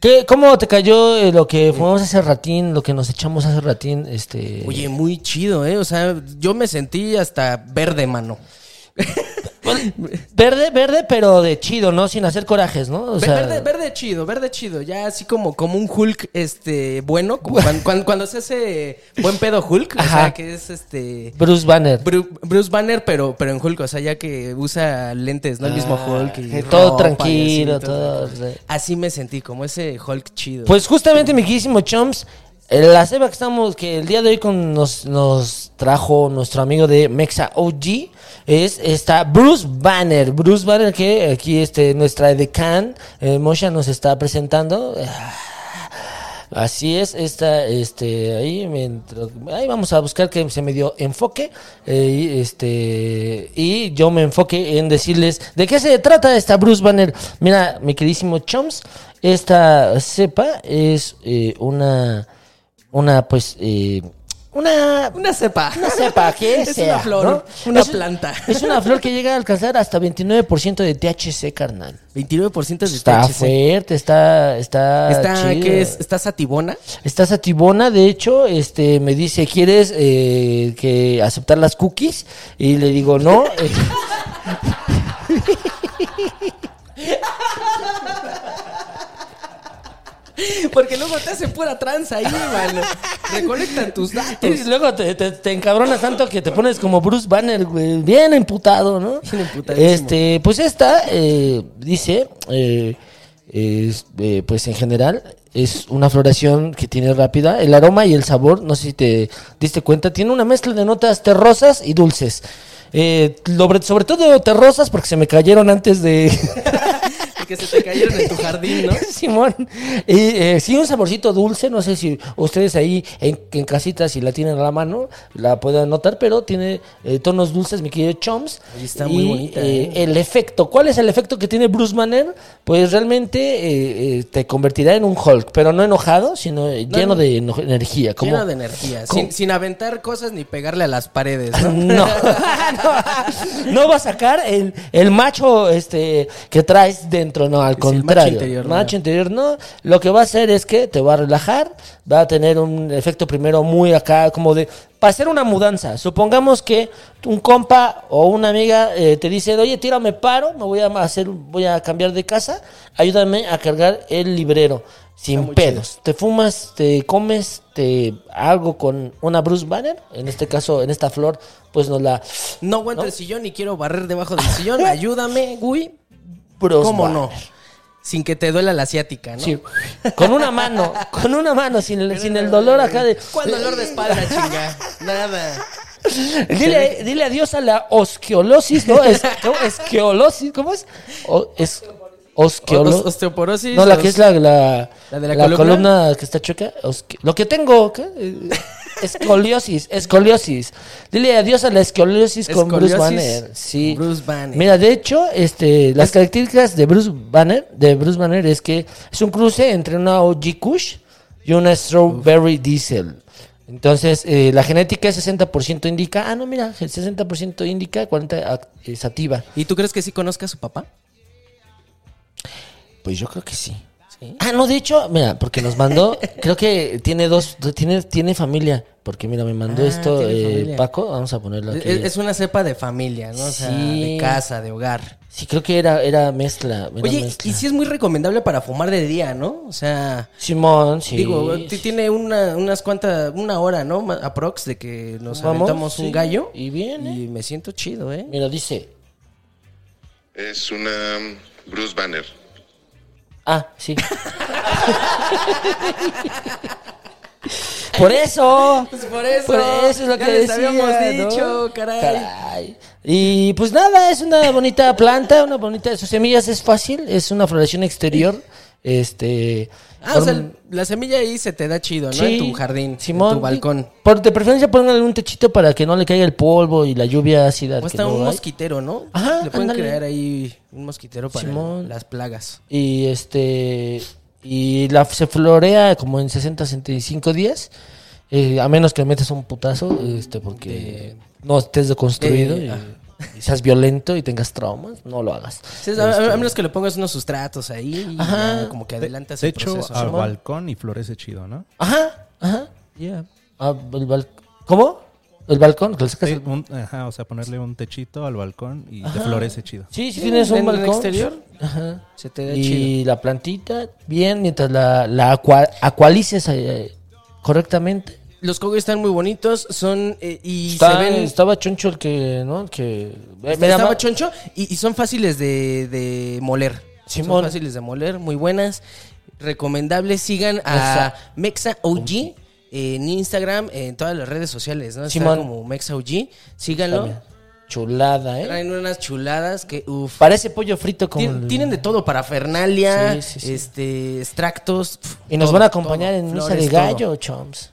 [SPEAKER 2] ¿Qué, ¿Cómo te cayó eh, lo que fumamos hace ratín, lo que nos echamos hace ratín? Este...
[SPEAKER 1] Oye, muy chido, ¿eh? O sea, yo me sentí hasta verde, mano.
[SPEAKER 2] Verde, verde, pero de chido, ¿no? Sin hacer corajes, ¿no? O
[SPEAKER 1] Ve-
[SPEAKER 2] sea,
[SPEAKER 1] verde, verde chido, verde chido. Ya así como, como un Hulk, este, bueno, como cuan- cuan- cuando, se hace buen pedo Hulk, o
[SPEAKER 2] Ajá.
[SPEAKER 1] sea, que es este...
[SPEAKER 2] Bruce Banner.
[SPEAKER 1] Bru- Bruce Banner, pero, pero en Hulk, o sea, ya que usa lentes, ¿no? El mismo
[SPEAKER 2] Ah,
[SPEAKER 1] Hulk. y
[SPEAKER 2] que
[SPEAKER 1] ropa y
[SPEAKER 2] todo
[SPEAKER 1] así,
[SPEAKER 2] tranquilo, todo,
[SPEAKER 1] tranquilo.
[SPEAKER 2] sí.
[SPEAKER 1] Así me sentí, como ese Hulk chido.
[SPEAKER 2] Pues justamente, mi queridísimo Chomps, eh, la ceba que estamos, que el día de hoy con nos, nos trajo nuestro amigo de Mexa OG, es está Bruce Banner. Bruce Banner, que aquí este, nuestra decan, eh, Mosha, nos está presentando. Así es, esta, este, ahí, me entró- ahí vamos a buscar que se me dio enfoque, eh, y, este, y yo me enfoque en decirles de qué se trata esta Bruce Banner. Mira, mi queridísimo Chomps, esta cepa es eh, una, una, pues, eh, una,
[SPEAKER 1] una cepa.
[SPEAKER 2] una cepa que
[SPEAKER 1] Es
[SPEAKER 2] sea,
[SPEAKER 1] una flor,
[SPEAKER 2] ¿no?
[SPEAKER 1] una
[SPEAKER 2] Es-
[SPEAKER 1] planta.
[SPEAKER 2] Es una flor que llega a alcanzar hasta 29% de THC, carnal.
[SPEAKER 1] 29% de
[SPEAKER 2] Está
[SPEAKER 1] THC.
[SPEAKER 2] fuerte, está, está,
[SPEAKER 1] Está,
[SPEAKER 2] chido.
[SPEAKER 1] ¿qué es? ¿Está satibona?
[SPEAKER 2] Está Satibona, de hecho, este me dice, ¿quieres eh, que aceptar las cookies? Y le digo, no. eh.
[SPEAKER 1] Porque luego te hacen pura tranza ahí, mano. Recolectan tus datos.
[SPEAKER 2] Y luego te, te- te encabronas tanto que te pones como Bruce Banner, güey, bien emputado, ¿no?
[SPEAKER 1] Bien emputadísimo.
[SPEAKER 2] Este, pues esta eh, dice eh, es, eh, pues en general es una floración que tiene rápida. El aroma y el sabor, no sé si te diste cuenta, tiene una mezcla de notas terrosas y dulces. Eh, sobre, sobre todo terrosas porque se me cayeron antes de...
[SPEAKER 1] que se te cayeron en tu jardín, ¿no?
[SPEAKER 2] Simón. Y, eh, sí, un saborcito dulce. No sé si ustedes ahí en, en casita, si la tienen a la mano, la pueden notar, pero tiene eh, tonos dulces, mi querido Choms.
[SPEAKER 1] Ahí está muy
[SPEAKER 2] Y,
[SPEAKER 1] bonita,
[SPEAKER 2] eh,
[SPEAKER 1] ¿eh?
[SPEAKER 2] El efecto. ¿Cuál es el efecto que tiene Bruce Banner? Pues realmente eh, eh, te convertirá en un Hulk, pero no enojado, sino eh,
[SPEAKER 1] No,
[SPEAKER 2] lleno
[SPEAKER 1] no.
[SPEAKER 2] de eno- energía. Como...
[SPEAKER 1] Lleno de energía.
[SPEAKER 2] como-
[SPEAKER 1] Sin, sin aventar cosas ni pegarle a las paredes, ¿no?
[SPEAKER 2] No, no, no va a sacar el, el macho este que traes dentro, no, al
[SPEAKER 1] Sí, el macho
[SPEAKER 2] contrario. Macho interior,
[SPEAKER 1] interior,
[SPEAKER 2] no.
[SPEAKER 1] no.
[SPEAKER 2] Lo que va a hacer es que te va a relajar, va a tener un efecto primero muy acá, como de. Para hacer una mudanza, supongamos que un compa o una amiga eh, te dice, oye, tírame paro, me voy a hacer, voy a cambiar de casa, ayúdame a cargar el librero, sin
[SPEAKER 1] muy
[SPEAKER 2] pedos. Te fumas, te comes, te algo con una Bruce Banner, en este caso, en esta flor, pues nos la
[SPEAKER 1] No aguanto el sillón y quiero barrer debajo del sillón. Ayúdame, güey.
[SPEAKER 2] Bruce
[SPEAKER 1] ¿Cómo
[SPEAKER 2] Banner.
[SPEAKER 1] no? Sin que te duela la asiática, ¿no?
[SPEAKER 2] Sí. Con una mano, con una mano, sin el, sin el dolor acá de.
[SPEAKER 1] ¿Cuál dolor de espalda, chinga? Nada.
[SPEAKER 2] Dile, dile adiós a la osqueolosis, ¿no? Es, no, esqueolosis, ¿cómo es? O- es
[SPEAKER 1] Os-
[SPEAKER 2] osqueolosis.
[SPEAKER 1] osteoporosis.
[SPEAKER 2] No, la
[SPEAKER 1] os-
[SPEAKER 2] que es la, la,
[SPEAKER 1] ¿La de la
[SPEAKER 2] columna?
[SPEAKER 1] columna?
[SPEAKER 2] que está chueca. osque- Lo que tengo, ¿qué? Eh, Escoliosis, escoliosis. Dile adiós a la escoliosis con Bruce
[SPEAKER 1] Escoliosis
[SPEAKER 2] Banner. Sí.
[SPEAKER 1] Bruce Banner.
[SPEAKER 2] Mira, de hecho, este, las características de Bruce Banner, de Bruce Banner es que es un cruce entre una OG Kush y una Strawberry Diesel. Entonces, eh, la genética es 60% indica. Ah, no, mira, el 60% indica, 40% ac- sativa.
[SPEAKER 1] ¿Y tú crees que sí conozca a su papá?
[SPEAKER 2] Pues yo creo que sí. Ah, no, de hecho, mira, porque nos mandó, creo que tiene dos, tiene, tiene familia, porque mira, me mandó
[SPEAKER 1] Ah,
[SPEAKER 2] esto
[SPEAKER 1] tiene
[SPEAKER 2] eh,
[SPEAKER 1] familia.
[SPEAKER 2] Paco, vamos a ponerlo aquí.
[SPEAKER 1] Es, es una cepa de familia, ¿no? O sea,
[SPEAKER 2] Sí.
[SPEAKER 1] de casa, de hogar.
[SPEAKER 2] Sí, creo que era, era mezcla. era
[SPEAKER 1] Oye,
[SPEAKER 2] mezcla.
[SPEAKER 1] y sí es muy recomendable para fumar de día, ¿no? O sea,
[SPEAKER 2] Simón, sí.
[SPEAKER 1] digo, t-
[SPEAKER 2] sí.
[SPEAKER 1] tiene una, unas cuantas, una hora, ¿no? Ma- Aprox de que nos
[SPEAKER 2] Vamos,
[SPEAKER 1] aventamos
[SPEAKER 2] sí,
[SPEAKER 1] un gallo.
[SPEAKER 2] y bien, ¿eh?
[SPEAKER 1] Y me siento chido, ¿eh?
[SPEAKER 2] Mira, dice,
[SPEAKER 3] Es una um, Bruce Banner.
[SPEAKER 2] ah, sí. Por eso.
[SPEAKER 1] Pues por eso,
[SPEAKER 2] Por eso es lo
[SPEAKER 1] ya
[SPEAKER 2] que
[SPEAKER 1] les
[SPEAKER 2] decía,
[SPEAKER 1] habíamos
[SPEAKER 2] ¿no?
[SPEAKER 1] dicho, caray.
[SPEAKER 2] Caray. Y pues nada, es una bonita planta, una bonita. Sus semillas es fácil, es una floración exterior. Este.
[SPEAKER 1] Ah,
[SPEAKER 2] por-
[SPEAKER 1] o sea, el- la semilla ahí se te da chido, ¿no? en
[SPEAKER 2] sí,
[SPEAKER 1] tu jardín,
[SPEAKER 2] Simón,
[SPEAKER 1] en tu balcón.
[SPEAKER 2] Por de preferencia pónganle un techito para que no le caiga el polvo y la lluvia ácida.
[SPEAKER 1] O
[SPEAKER 2] que
[SPEAKER 1] hasta un
[SPEAKER 2] luego hay.
[SPEAKER 1] mosquitero, ¿no?
[SPEAKER 2] Ajá,
[SPEAKER 1] Le pueden
[SPEAKER 2] ándale.
[SPEAKER 1] crear ahí un mosquitero para
[SPEAKER 2] Simón.
[SPEAKER 1] las plagas.
[SPEAKER 2] Y este. Y la, se florea como en 60, 65 días. eh, a menos que le metas un putazo, este, porque no estés deconstruido
[SPEAKER 1] de-
[SPEAKER 2] y-
[SPEAKER 1] ah.
[SPEAKER 2] y seas violento y tengas traumas, no lo hagas.
[SPEAKER 1] Sí, a, a- a menos que le pongas unos sustratos ahí, y
[SPEAKER 2] Este. Ajá.
[SPEAKER 1] ya como que adelantas
[SPEAKER 4] De
[SPEAKER 1] el
[SPEAKER 4] hecho,
[SPEAKER 1] proceso.
[SPEAKER 4] al
[SPEAKER 1] ¿no?
[SPEAKER 4] balcón y florece chido, ¿no?
[SPEAKER 2] Ajá, ajá. Ah, el bal- ¿Cómo? ¿El balcón? ¿Que le sacas
[SPEAKER 4] Sí,
[SPEAKER 2] el-
[SPEAKER 4] un- ajá, o sea, ponerle un techito al balcón y te florece chido.
[SPEAKER 2] Sí, si tienes
[SPEAKER 1] en
[SPEAKER 2] un
[SPEAKER 1] el
[SPEAKER 2] balcón.
[SPEAKER 1] exterior.
[SPEAKER 2] Ajá.
[SPEAKER 1] Se te da chido.
[SPEAKER 2] Y la plantita, bien, mientras la, la acua- acualices eh, correctamente.
[SPEAKER 1] Los cogollos están muy bonitos, son eh, y
[SPEAKER 2] Está-
[SPEAKER 1] se ven.
[SPEAKER 2] Estaba choncho el que, ¿no? El que... eh, me
[SPEAKER 1] estaba
[SPEAKER 2] llama-
[SPEAKER 1] choncho y, y son fáciles de, de moler.
[SPEAKER 2] Simón.
[SPEAKER 1] Son fáciles de moler, muy buenas, recomendables. Sigan a Mexa OG en Instagram, en todas las redes sociales, ¿no? Está
[SPEAKER 2] Simón.
[SPEAKER 1] como Mexa OG. Síganlo.
[SPEAKER 2] Chulada, ¿eh?
[SPEAKER 1] Traen unas chuladas que uff.
[SPEAKER 2] Parece pollo frito con...
[SPEAKER 1] Tien- Tienen de todo para Fernalia,
[SPEAKER 2] Sí, sí, sí.
[SPEAKER 1] este, extractos. pf,
[SPEAKER 2] Y nos
[SPEAKER 1] todo,
[SPEAKER 2] van a acompañar
[SPEAKER 1] todo,
[SPEAKER 2] en misa
[SPEAKER 1] flores,
[SPEAKER 2] de
[SPEAKER 1] todo.
[SPEAKER 2] gallo, chomps.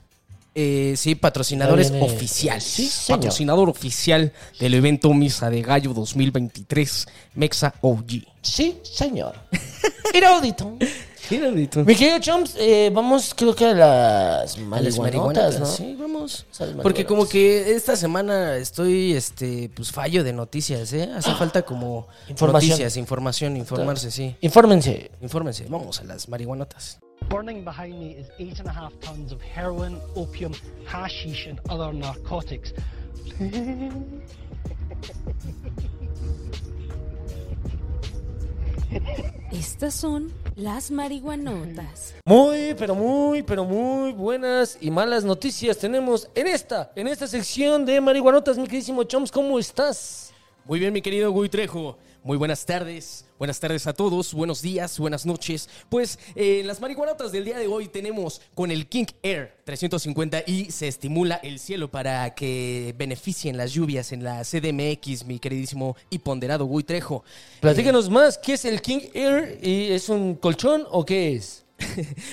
[SPEAKER 1] Eh, sí, patrocinadores
[SPEAKER 2] Ya viene.
[SPEAKER 1] oficiales.
[SPEAKER 2] Sí, señor.
[SPEAKER 1] Patrocinador oficial del evento Misa de Gallo 2023, Mexa OG.
[SPEAKER 2] Sí, señor. Heródito.
[SPEAKER 1] Mira,
[SPEAKER 2] Mi querido Chomps, eh, vamos creo que a las marihuanotas, ¿no?
[SPEAKER 1] Sí, vamos.
[SPEAKER 2] Esas marihuanotas.
[SPEAKER 1] Porque como que esta semana estoy, este, pues fallo de noticias, ¿eh? Hace falta como
[SPEAKER 2] Información.
[SPEAKER 1] noticias, información, informarse, sí.
[SPEAKER 2] Infórmense.
[SPEAKER 1] Infórmense, vamos a las marihuanotas.
[SPEAKER 5] Burning behind me is eight and a half tons of heroin, opium, hashish, and other narcotics.
[SPEAKER 6] Estas son las marihuanotas.
[SPEAKER 2] Muy, pero muy, pero muy buenas y malas noticias tenemos en esta, en esta sección de marihuanotas, mi queridísimo Chomps, ¿cómo estás?
[SPEAKER 1] Muy bien, mi querido Gui Trejo. Muy buenas tardes, buenas tardes a todos, buenos días, buenas noches. Pues eh, en las marihuanotas del día de hoy tenemos con el King Air 350 y se estimula el cielo para que beneficien las lluvias en la CDMX, mi queridísimo y ponderado Gui Trejo. Eh,
[SPEAKER 2] Platícanos más, ¿qué es el King Air? ¿Y es un colchón o qué es?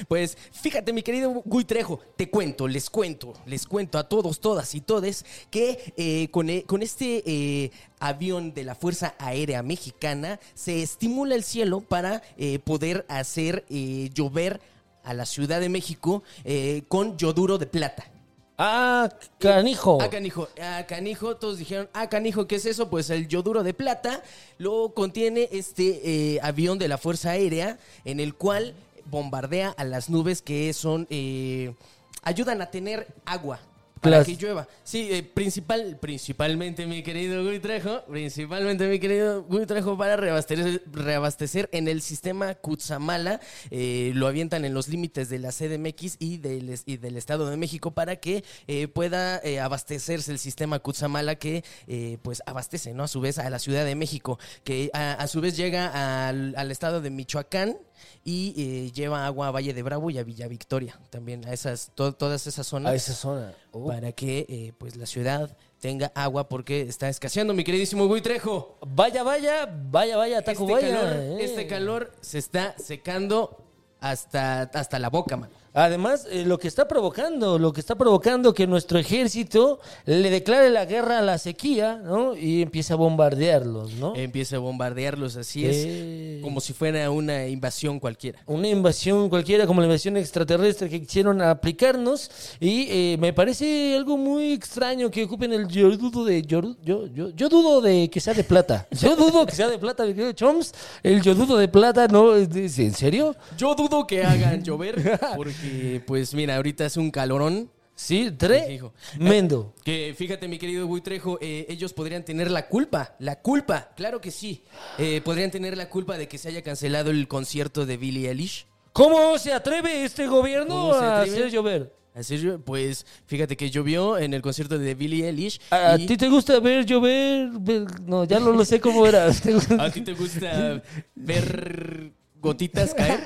[SPEAKER 1] Pues fíjate, mi querido Gui Trejo, te cuento, les cuento, les cuento a todos, todas y todes que eh, con, eh, con este eh, avión de la Fuerza Aérea Mexicana se estimula el cielo para eh, poder hacer eh, llover a la Ciudad de México eh, con yoduro de plata.
[SPEAKER 2] Ah, canijo.
[SPEAKER 1] Ah, canijo, ah, canijo, todos dijeron, ah, canijo, ¿qué es eso? Pues el yoduro de plata lo contiene este eh, avión de la Fuerza Aérea en el cual bombardea a las nubes que son, eh, ayudan a tener agua. Para
[SPEAKER 2] Clas-
[SPEAKER 1] que llueva. Sí, eh, principal, principalmente mi querido Gui Trejo, principalmente mi querido Gui Trejo para reabastecer, reabastecer en el sistema Cutzamala. eh, lo avientan en los límites de la CDMX y del, es- y del Estado de México para que eh, pueda eh, abastecerse el sistema Cutzamala que eh, pues abastece, ¿no? A su vez a la Ciudad de México, que a, a su vez llega al, al estado de Michoacán y eh, lleva agua a Valle de Bravo y a Villa Victoria, también a esas, to- todas esas zonas
[SPEAKER 2] A esa zona. Oh.
[SPEAKER 1] para que eh, pues la ciudad tenga agua porque está escaseando, mi queridísimo Gui Trejo.
[SPEAKER 2] Vaya, vaya, vaya, vaya, Taco,
[SPEAKER 1] Este
[SPEAKER 2] vaya.
[SPEAKER 1] calor,
[SPEAKER 2] eh.
[SPEAKER 1] este calor se está secando hasta, hasta la boca, man.
[SPEAKER 2] Además, eh, lo que está provocando, lo que está provocando que nuestro ejército le declare la guerra a la sequía, ¿no? Y empieza a bombardearlos, ¿no?
[SPEAKER 1] Empieza a bombardearlos, así
[SPEAKER 2] Eh.
[SPEAKER 1] es, como si fuera una invasión cualquiera.
[SPEAKER 2] una invasión cualquiera, como la invasión extraterrestre que quisieron aplicarnos. Y eh, me parece algo muy extraño que ocupen el yo dudo de yo, yo, yo, yo dudo de que sea de plata. Yo dudo que sea de plata, mi querido Choms. El yo dudo de plata, no, es- ¿en serio?
[SPEAKER 1] Yo dudo que hagan llover porque, pues mira, ahorita es un calorón.
[SPEAKER 2] Sí,
[SPEAKER 1] Hijo.
[SPEAKER 2] tremendo.
[SPEAKER 1] Que fíjate, mi querido Buitrejo, eh, ellos podrían tener la culpa, la culpa, claro que sí. Eh, podrían tener la culpa de que se haya cancelado el concierto de Billie Eilish.
[SPEAKER 2] ¿Cómo se atreve este gobierno
[SPEAKER 1] ¿Cómo se
[SPEAKER 2] a
[SPEAKER 1] atreve?
[SPEAKER 2] hacer llover?
[SPEAKER 1] Así es, pues fíjate que llovió en el concierto de Billie Eilish.
[SPEAKER 2] ¿A, a
[SPEAKER 1] y-
[SPEAKER 2] ti te gusta ver llover? Ver- No, ya no lo sé cómo era.
[SPEAKER 1] ¿A ti te gusta ver gotitas caer?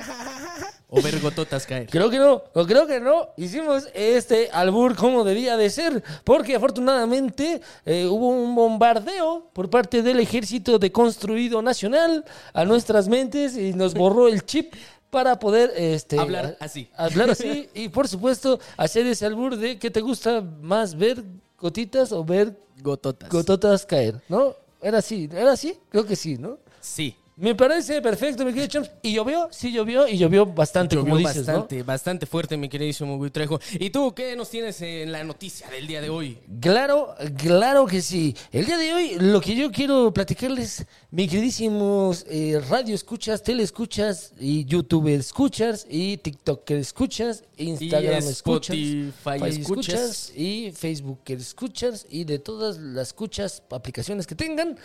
[SPEAKER 1] ¿O ver gototas caer?
[SPEAKER 2] Creo que no, o creo que no. Hicimos este albur como debía de ser, porque afortunadamente eh, hubo un bombardeo por parte del ejército deconstruido nacional a nuestras mentes y nos borró el chip para poder este,
[SPEAKER 1] Hablar así.
[SPEAKER 2] Hablar así y por supuesto hacer ese albur de que te gusta más ver gotitas o ver
[SPEAKER 1] Gototas.
[SPEAKER 2] gototas caer, ¿no? Era así, era así, creo que sí, ¿no?
[SPEAKER 1] sí.
[SPEAKER 2] Me parece perfecto, mi querido Chomps. Y llovió, sí llovió, y llovió bastante,
[SPEAKER 1] Llovió
[SPEAKER 2] como dices, ¿no?
[SPEAKER 1] bastante, bastante fuerte, mi queridísimo Buitrejo. ¿Y tú qué nos tienes en la noticia del día de hoy?
[SPEAKER 2] Claro, claro que sí. El día de hoy lo que yo quiero platicarles, mis queridísimos eh, radio escuchas, tele escuchas y YouTube escuchas y TikTok escuchas, Instagram escuchas,
[SPEAKER 1] Spotify escuchas.
[SPEAKER 2] y Facebook escuchas y de todas las escuchas, aplicaciones que tengan,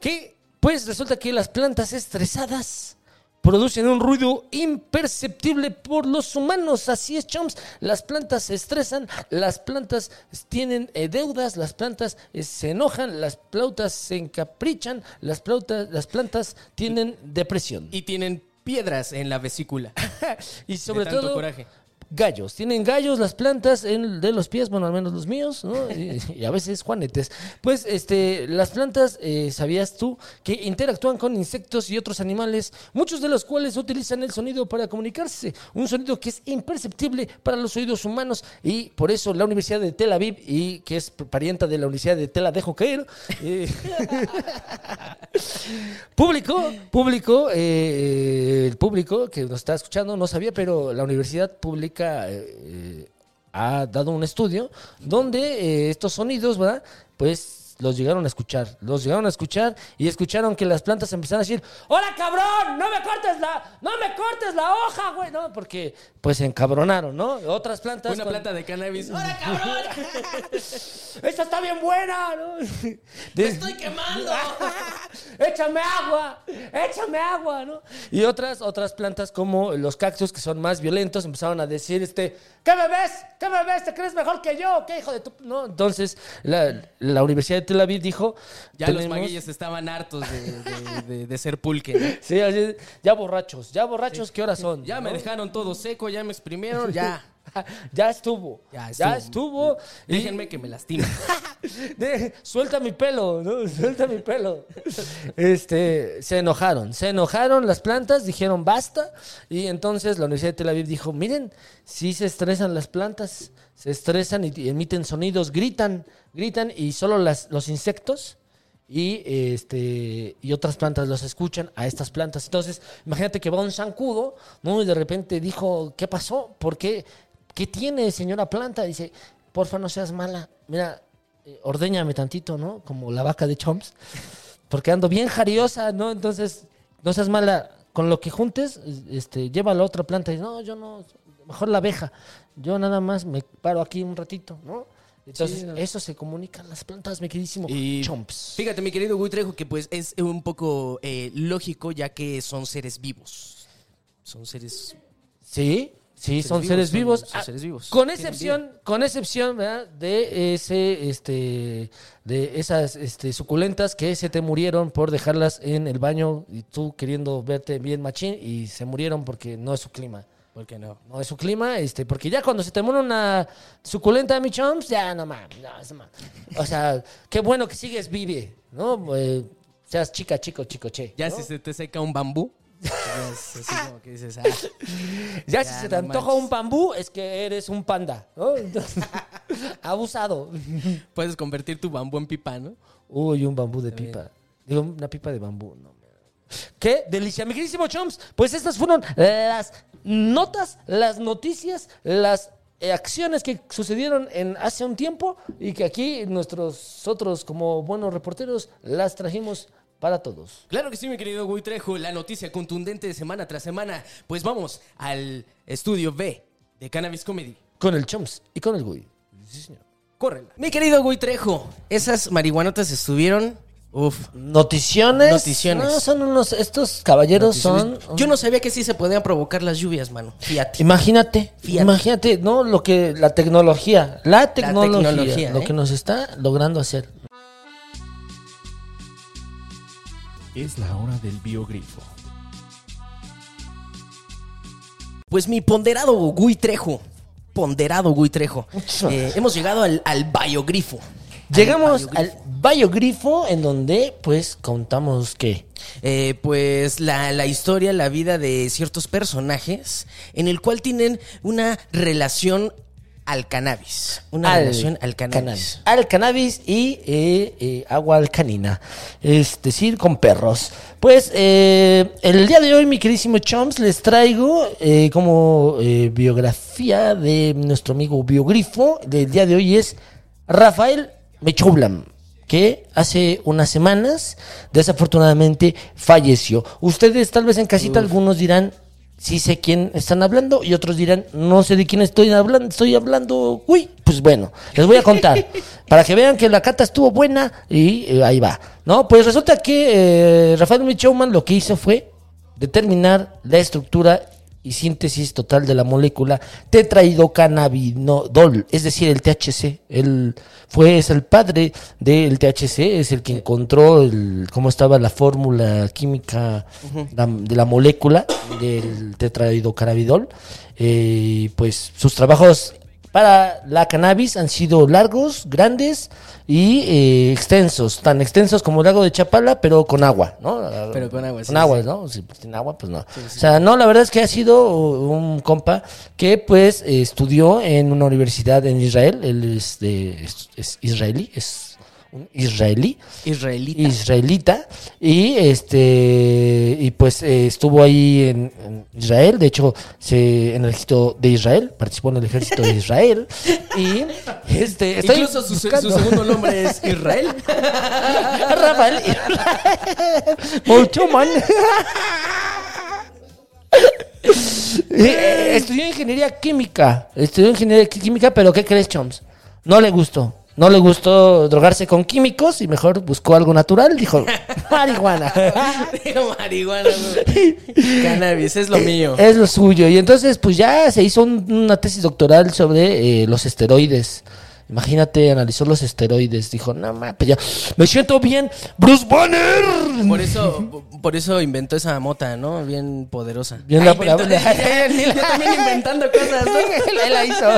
[SPEAKER 2] que pues resulta que las plantas estresadas producen un ruido imperceptible por los humanos. Así es, chums. Las plantas se estresan, las plantas tienen eh, deudas, las plantas eh, se enojan, las plantas se encaprichan, las, plautas- las plantas tienen depresión.
[SPEAKER 1] Y tienen piedras en la vesícula.
[SPEAKER 2] Y sobre
[SPEAKER 1] de tanto
[SPEAKER 2] todo,
[SPEAKER 1] coraje.
[SPEAKER 2] gallos. Tienen gallos las plantas en- de los pies, bueno, al menos los míos, ¿no? y, y a veces juanetes. Pues este, las plantas, eh, ¿sabías tú? Que interactúan con insectos y otros animales, muchos de los cuales utilizan el sonido para comunicarse. Un sonido que es imperceptible para los oídos humanos y por eso la Universidad de Tel Aviv, y que es parienta de la Universidad de Tel Adejo Caer, eh, Público, público, eh, el público que nos está escuchando no sabía, pero la universidad pública eh, eh, ha dado un estudio donde eh, estos sonidos, ¿verdad? Pues los llegaron a escuchar, los llegaron a escuchar y escucharon que las plantas empezaron a decir, ¡Hola cabrón! ¡No me cortes la, no me cortes la hoja, güey! No, porque pues se encabronaron, ¿no? Otras plantas...
[SPEAKER 1] Una
[SPEAKER 2] con-
[SPEAKER 1] planta de cannabis. ¡Ahora, cabrón!
[SPEAKER 2] ¡Esta está bien buena! ¿no?
[SPEAKER 1] ¡Te estoy quemando!
[SPEAKER 2] échame agua, échame agua, ¿no? Y otras, otras plantas como los cactus que son más violentos empezaron a decir, este, ¿qué me ves? ¿Qué me ves? ¿Te crees mejor que yo? ¿Qué hijo de tu...? p-?" ¿No? Entonces, la, la Universidad de Tel Aviv dijo...
[SPEAKER 1] Ya los
[SPEAKER 2] tenemos-
[SPEAKER 1] maguillos estaban hartos de, de- de- de ser pulque. ¿no?
[SPEAKER 2] Sí, así es, ya borrachos, ya borrachos, ¿qué horas son?
[SPEAKER 1] Ya me
[SPEAKER 2] ¿No?
[SPEAKER 1] dejaron todo seco, ya me exprimieron, ya.
[SPEAKER 2] Ya estuvo,
[SPEAKER 1] Ya
[SPEAKER 2] ya
[SPEAKER 1] estuvo.
[SPEAKER 2] estuvo. y-
[SPEAKER 1] Déjenme que me lastime.
[SPEAKER 2] de- suelta mi pelo, ¿no? Suelta mi pelo. Este, se enojaron, se enojaron las plantas, dijeron basta. Y entonces la Universidad de Tel Aviv dijo, miren, si se estresan las plantas, se estresan y, y emiten sonidos, gritan, gritan y solo las, los insectos y, este, y otras plantas los escuchan a estas plantas. Entonces, imagínate que va un zancudo, ¿no? Y de repente dijo, ¿qué pasó? ¿Por qué? ¿Qué tiene, señora planta? Dice, porfa, no seas mala. Mira, eh, ordéñame tantito, ¿no? Como la vaca de Chomps. Porque ando bien jariosa, ¿no? Entonces, no seas mala. Con lo que juntes, este, lleva a la otra planta. Y no, yo no, mejor la abeja. Yo nada más me paro aquí un ratito, ¿no? Entonces, eso se comunican las plantas, mi queridísimo
[SPEAKER 1] Y
[SPEAKER 2] Chomps.
[SPEAKER 1] Fíjate, mi querido Gui Trejo, que pues es un poco eh, lógico, ya que son seres vivos. Son seres.
[SPEAKER 2] Sí, sí,
[SPEAKER 1] Seres
[SPEAKER 2] son
[SPEAKER 1] vivos,
[SPEAKER 2] seres
[SPEAKER 1] son-
[SPEAKER 2] vivos.
[SPEAKER 1] son
[SPEAKER 2] Ah,
[SPEAKER 1] seres vivos.
[SPEAKER 2] Con
[SPEAKER 1] Tienen
[SPEAKER 2] excepción, con excepción, ¿verdad? De ese, este, de esas este, suculentas que se te murieron por dejarlas en el baño y tú queriendo verte bien machín y se murieron porque no es su clima.
[SPEAKER 1] ¿Por qué no?
[SPEAKER 2] No es su clima, este, porque ya cuando se te muere una suculenta, mi chomps, ya no mames, no, es mames. O sea, qué bueno que sigues vive, ¿no? Eh, seas chica, chico, chico, che.
[SPEAKER 1] Ya
[SPEAKER 2] ¿no?
[SPEAKER 1] si se te seca un bambú. ya es así como que dices, ah,
[SPEAKER 2] Ya,
[SPEAKER 1] Ya,
[SPEAKER 2] si se
[SPEAKER 1] no
[SPEAKER 2] te antoja
[SPEAKER 1] manches.
[SPEAKER 2] un bambú, es que eres un panda, ¿no? Entonces, abusado.
[SPEAKER 1] puedes convertir tu bambú en pipa, ¿no?
[SPEAKER 2] Uy, un bambú de pipa. Digo, una pipa de bambú, no. man. ¡Qué delicia! Mi queridísimo Chomps, pues estas fueron las notas, las noticias, las eh, acciones que sucedieron en hace un tiempo y que aquí nuestros otros como buenos reporteros las trajimos para todos.
[SPEAKER 1] Claro que sí, mi querido Gui Trejo, la noticia contundente de semana tras semana. Pues vamos al estudio B de Cannabis Comedy.
[SPEAKER 2] Con el Chomps y con el Gui. Sí, señor.
[SPEAKER 1] Córrela. Mi querido Gui Trejo, esas marihuanotas estuvieron. Uf.
[SPEAKER 2] Noticiones.
[SPEAKER 1] Noticiones.
[SPEAKER 2] No, son unos. Estos caballeros son.
[SPEAKER 1] Yo no sabía que sí se podían provocar las lluvias, mano. Fíjate.
[SPEAKER 2] Imagínate,
[SPEAKER 1] Fíjate.
[SPEAKER 2] imagínate, ¿no? Lo que la tecnología, la tecnología,
[SPEAKER 1] tecnología,
[SPEAKER 2] lo
[SPEAKER 1] ¿eh?
[SPEAKER 2] que nos está logrando hacer.
[SPEAKER 4] Es la hora del biogrifo.
[SPEAKER 1] Pues mi ponderado Gui Trejo. Ponderado Gui Trejo. eh, hemos llegado al, al biogrifo.
[SPEAKER 2] Llegamos
[SPEAKER 1] biogrifo.
[SPEAKER 2] al biogrifo en donde pues contamos que
[SPEAKER 1] Eh, pues la, la historia, la vida de ciertos personajes en el cual tienen una relación al cannabis. Una relación al cannabis.
[SPEAKER 2] al cannabis y eh, eh, agua alcanina, es decir, con perros. Pues eh, el día de hoy, mi queridísimo Chomps, les traigo eh, como eh, biografía de nuestro amigo biogrifo del día de hoy es Rafael Mechublam. que hace unas semanas desafortunadamente falleció. Ustedes tal vez en casita algunos dirán, sí sé quién están hablando y otros dirán, no sé de quién estoy hablando, estoy hablando, uy, pues bueno, les voy a contar para que vean que la cata estuvo buena y eh, ahí va. No, pues resulta que eh, Rafael Michauman lo que hizo fue determinar la estructura y síntesis total de la molécula tetraidocannabinol, es decir, el THC. Él fue, es el padre del THC, es el que encontró el, cómo estaba la fórmula química la- de la molécula del tetraidocannabidol. Eh, pues sus trabajos para la cannabis han sido largos, grandes y eh, extensos, tan extensos como el lago de Chapala, pero con agua, ¿no?
[SPEAKER 1] Pero con agua, sí,
[SPEAKER 2] Con agua,
[SPEAKER 1] sí.
[SPEAKER 2] ¿no? Si sin agua, pues no. O sea, no, la verdad es que ha sido un compa que, pues, eh, estudió en una universidad en Israel. Él es, de- es- es israelí, es un israelí,
[SPEAKER 1] Israelita.
[SPEAKER 2] israelita. Y, este, y pues, eh, estuvo ahí en, en Israel. De hecho, se, en el ejército de Israel, participó en el ejército de Israel. Y, este, estoy
[SPEAKER 1] Incluso su, su
[SPEAKER 2] buscando.
[SPEAKER 1] segundo nombre es Israel.
[SPEAKER 2] Rafael. Mucho man. Eh, Estudió ingeniería química. Estudió ingeniería qui- química, pero ¿qué crees, Choms? No le gustó. No le gustó drogarse con químicos y mejor buscó algo natural. Dijo, marihuana.
[SPEAKER 1] Digo, marihuana, güey. Cannabis, es lo mío.
[SPEAKER 2] Es lo suyo. Y entonces, pues ya se hizo un- una tesis doctoral sobre eh, los eh, esteroides. Imagínate, analizó los esteroides, dijo, no mames, ya, me siento bien, Bruce Banner.
[SPEAKER 1] Por eso, por eso inventó esa mota, ¿no? Bien poderosa.
[SPEAKER 2] Bien
[SPEAKER 1] Ah,
[SPEAKER 2] la-
[SPEAKER 1] inventó-
[SPEAKER 2] la-
[SPEAKER 1] Yo también inventando cosas, ¿no?
[SPEAKER 2] Él la hizo.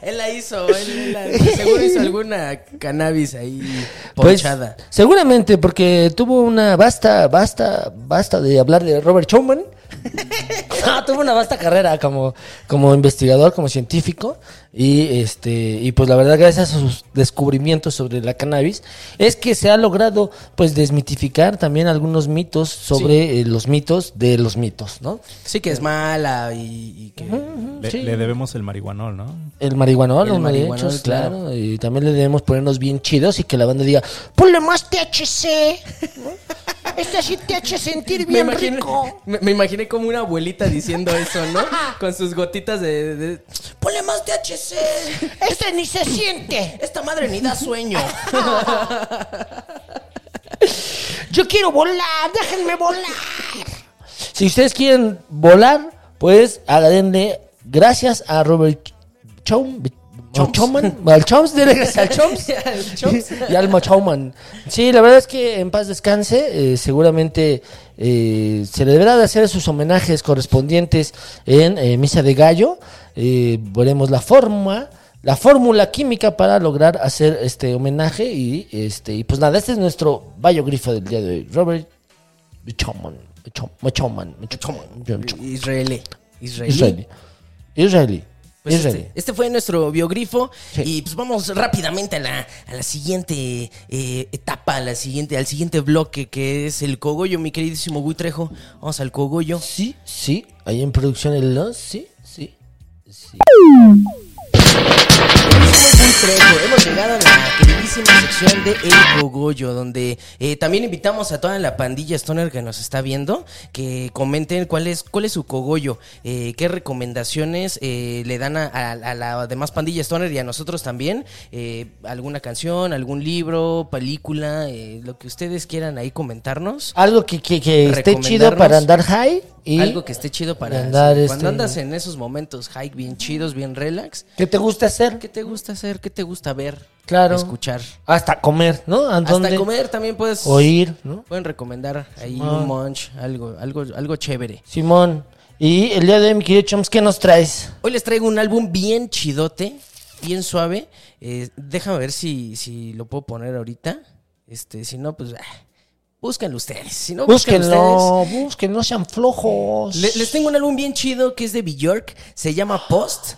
[SPEAKER 1] Él la hizo, él la- seguro hizo alguna cannabis ahí
[SPEAKER 2] Pues,
[SPEAKER 1] ponchada.
[SPEAKER 2] seguramente, porque tuvo una basta, basta, basta de hablar de Robert Schumann. No, tuvo una vasta carrera como, como investigador, como científico. Y este, y pues la verdad, gracias a sus descubrimientos sobre la cannabis, es que se ha logrado pues desmitificar también algunos mitos sobre eh, los mitos de los mitos, ¿no?
[SPEAKER 1] Sí que es mala y, y que...
[SPEAKER 4] Le, le debemos el marihuanol, ¿no?
[SPEAKER 2] El marihuanol,
[SPEAKER 1] El
[SPEAKER 2] uno de
[SPEAKER 1] marihuanol,
[SPEAKER 2] ellos,
[SPEAKER 1] claro.
[SPEAKER 2] claro. Y también le debemos ponernos bien chidos y que la banda diga, ponle más THC. Este sí te hace sentir
[SPEAKER 1] Me
[SPEAKER 2] bien
[SPEAKER 1] imaginé,
[SPEAKER 2] rico.
[SPEAKER 1] me, me imaginé como una abuelita diciendo eso, ¿no? Con sus gotitas de, de- ¡Ponle más THC!
[SPEAKER 2] Este ni se siente.
[SPEAKER 1] ¡Esta madre ni da sueño!
[SPEAKER 2] Yo quiero volar, déjenme volar. Si ustedes quieren volar, pues háganle gracias a Robert Ch- Chaum.
[SPEAKER 1] Choms.
[SPEAKER 2] Chauman, al Choms, dile gracias al Choms.
[SPEAKER 1] Al Choms.
[SPEAKER 2] y al Machauman. Sí, la verdad es que en paz descanse, eh, seguramente eh, se le deberá de hacer sus homenajes correspondientes en eh, Misa de Gallo. Eh, veremos la forma, la fórmula química para lograr hacer este homenaje y este y pues nada, este es nuestro biogrifo del día de hoy, Robert Chauman, Machauman,
[SPEAKER 1] Israelí. Israelí.
[SPEAKER 2] Israeli. Israeli.
[SPEAKER 1] Pues
[SPEAKER 2] Israeli.
[SPEAKER 1] este, este fue nuestro biogrifo
[SPEAKER 2] Sí.
[SPEAKER 1] y pues vamos rápidamente a la, a la siguiente eh, etapa, a la siguiente, al siguiente bloque que es el cogollo, mi queridísimo Gui Trejo. Vamos al cogollo.
[SPEAKER 2] Sí, sí, ahí en producción el no, sí, sí.
[SPEAKER 1] Trejo. Hemos llegado a la queridísima sección de El Cogollo, donde eh, también invitamos a toda la pandilla Stoner que nos está viendo que comenten cuál es, cuál es su cogollo, eh, qué recomendaciones eh, le dan a, a- a la demás pandilla Stoner y a nosotros también. eh, alguna canción, algún libro, película, eh, lo que ustedes quieran ahí comentarnos.
[SPEAKER 2] Algo que, que- que esté
[SPEAKER 1] Recomendarnos
[SPEAKER 2] chido para andar high y
[SPEAKER 1] Algo que esté chido para
[SPEAKER 2] andar,
[SPEAKER 1] cuando
[SPEAKER 2] este-
[SPEAKER 1] andas en esos momentos hike bien chidos, bien relax.
[SPEAKER 2] que te gusta hacer.
[SPEAKER 1] ¿Qué te gusta hacer? ¿Qué te gusta ver?
[SPEAKER 2] Claro.
[SPEAKER 1] Escuchar.
[SPEAKER 2] Hasta comer, ¿no? ¿A dónde?
[SPEAKER 1] Hasta comer también puedes
[SPEAKER 2] Oír, ¿no?
[SPEAKER 1] Pueden recomendar ahí
[SPEAKER 2] Simón.
[SPEAKER 1] un munch, algo, algo, algo chévere.
[SPEAKER 2] Simón. Y el día de hoy, mi querido Chums, ¿qué nos traes?
[SPEAKER 1] Hoy les traigo un álbum bien chidote, bien suave. Eh, déjame ver si, si lo puedo poner ahorita. Este, si no, pues ah, búsquenlo ustedes. Si no, búsquenlo ustedes.
[SPEAKER 2] Búsquenlo, búsquenlo, sean flojos.
[SPEAKER 1] Le- les tengo un álbum bien chido que es de Bjork. Se llama Post.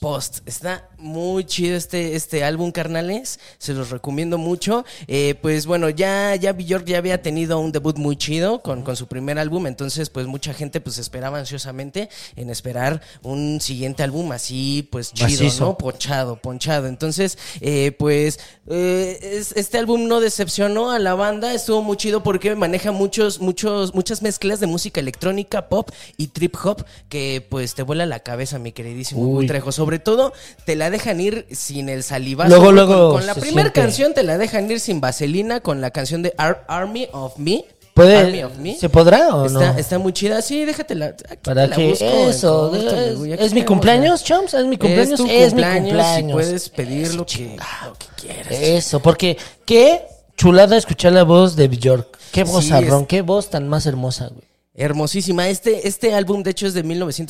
[SPEAKER 1] Post. Está muy chido este, este álbum, carnales. Se los recomiendo mucho. Eh, pues bueno, ya, ya Bjork ya había tenido un debut muy chido con, con su primer álbum. Entonces, pues mucha gente pues esperaba ansiosamente en esperar un siguiente álbum así, pues chido,
[SPEAKER 2] Macizo.
[SPEAKER 1] ¿no? Ponchado, ponchado. Entonces, eh, pues eh, es- este álbum no decepcionó a la banda. Estuvo muy chido porque maneja muchos, muchos, muchas mezclas de música electrónica, pop y trip hop que pues te vuela la cabeza, mi queridísimo
[SPEAKER 2] Uy.
[SPEAKER 1] Gui Trejo. Sobre todo te la dejan ir sin el salivazo.
[SPEAKER 2] Luego,
[SPEAKER 1] ¿no?
[SPEAKER 2] luego
[SPEAKER 1] Con, con la
[SPEAKER 2] se
[SPEAKER 1] primera
[SPEAKER 2] siente.
[SPEAKER 1] canción te la dejan ir sin vaselina con la canción de Ar- Army of Me.
[SPEAKER 2] ¿Puede-
[SPEAKER 1] Army of Me.
[SPEAKER 2] ¿Se podrá o
[SPEAKER 1] Está,
[SPEAKER 2] no?
[SPEAKER 1] está muy chida, sí, déjatela. Aquí
[SPEAKER 2] para Eh,
[SPEAKER 1] te la
[SPEAKER 2] que
[SPEAKER 1] busco en
[SPEAKER 2] eso,
[SPEAKER 1] corto,
[SPEAKER 2] es,
[SPEAKER 1] mi Gui, aquí
[SPEAKER 2] ¿es mi
[SPEAKER 1] tenemos,
[SPEAKER 2] cumpleaños, Chums, es mi cumpleaños, es,
[SPEAKER 1] tu
[SPEAKER 2] mi
[SPEAKER 1] cumpleaños,
[SPEAKER 2] cumpleaños.
[SPEAKER 1] Y puedes pedir lo, que,
[SPEAKER 2] chingado.
[SPEAKER 1] lo que quieras.
[SPEAKER 2] Eso, porque qué chulada escuchar la voz de Bjork. Qué
[SPEAKER 1] Sí,
[SPEAKER 2] voz arrón,
[SPEAKER 1] es-
[SPEAKER 2] qué voz tan más hermosa, güey.
[SPEAKER 1] Hermosísima. Este, este álbum, de hecho, es de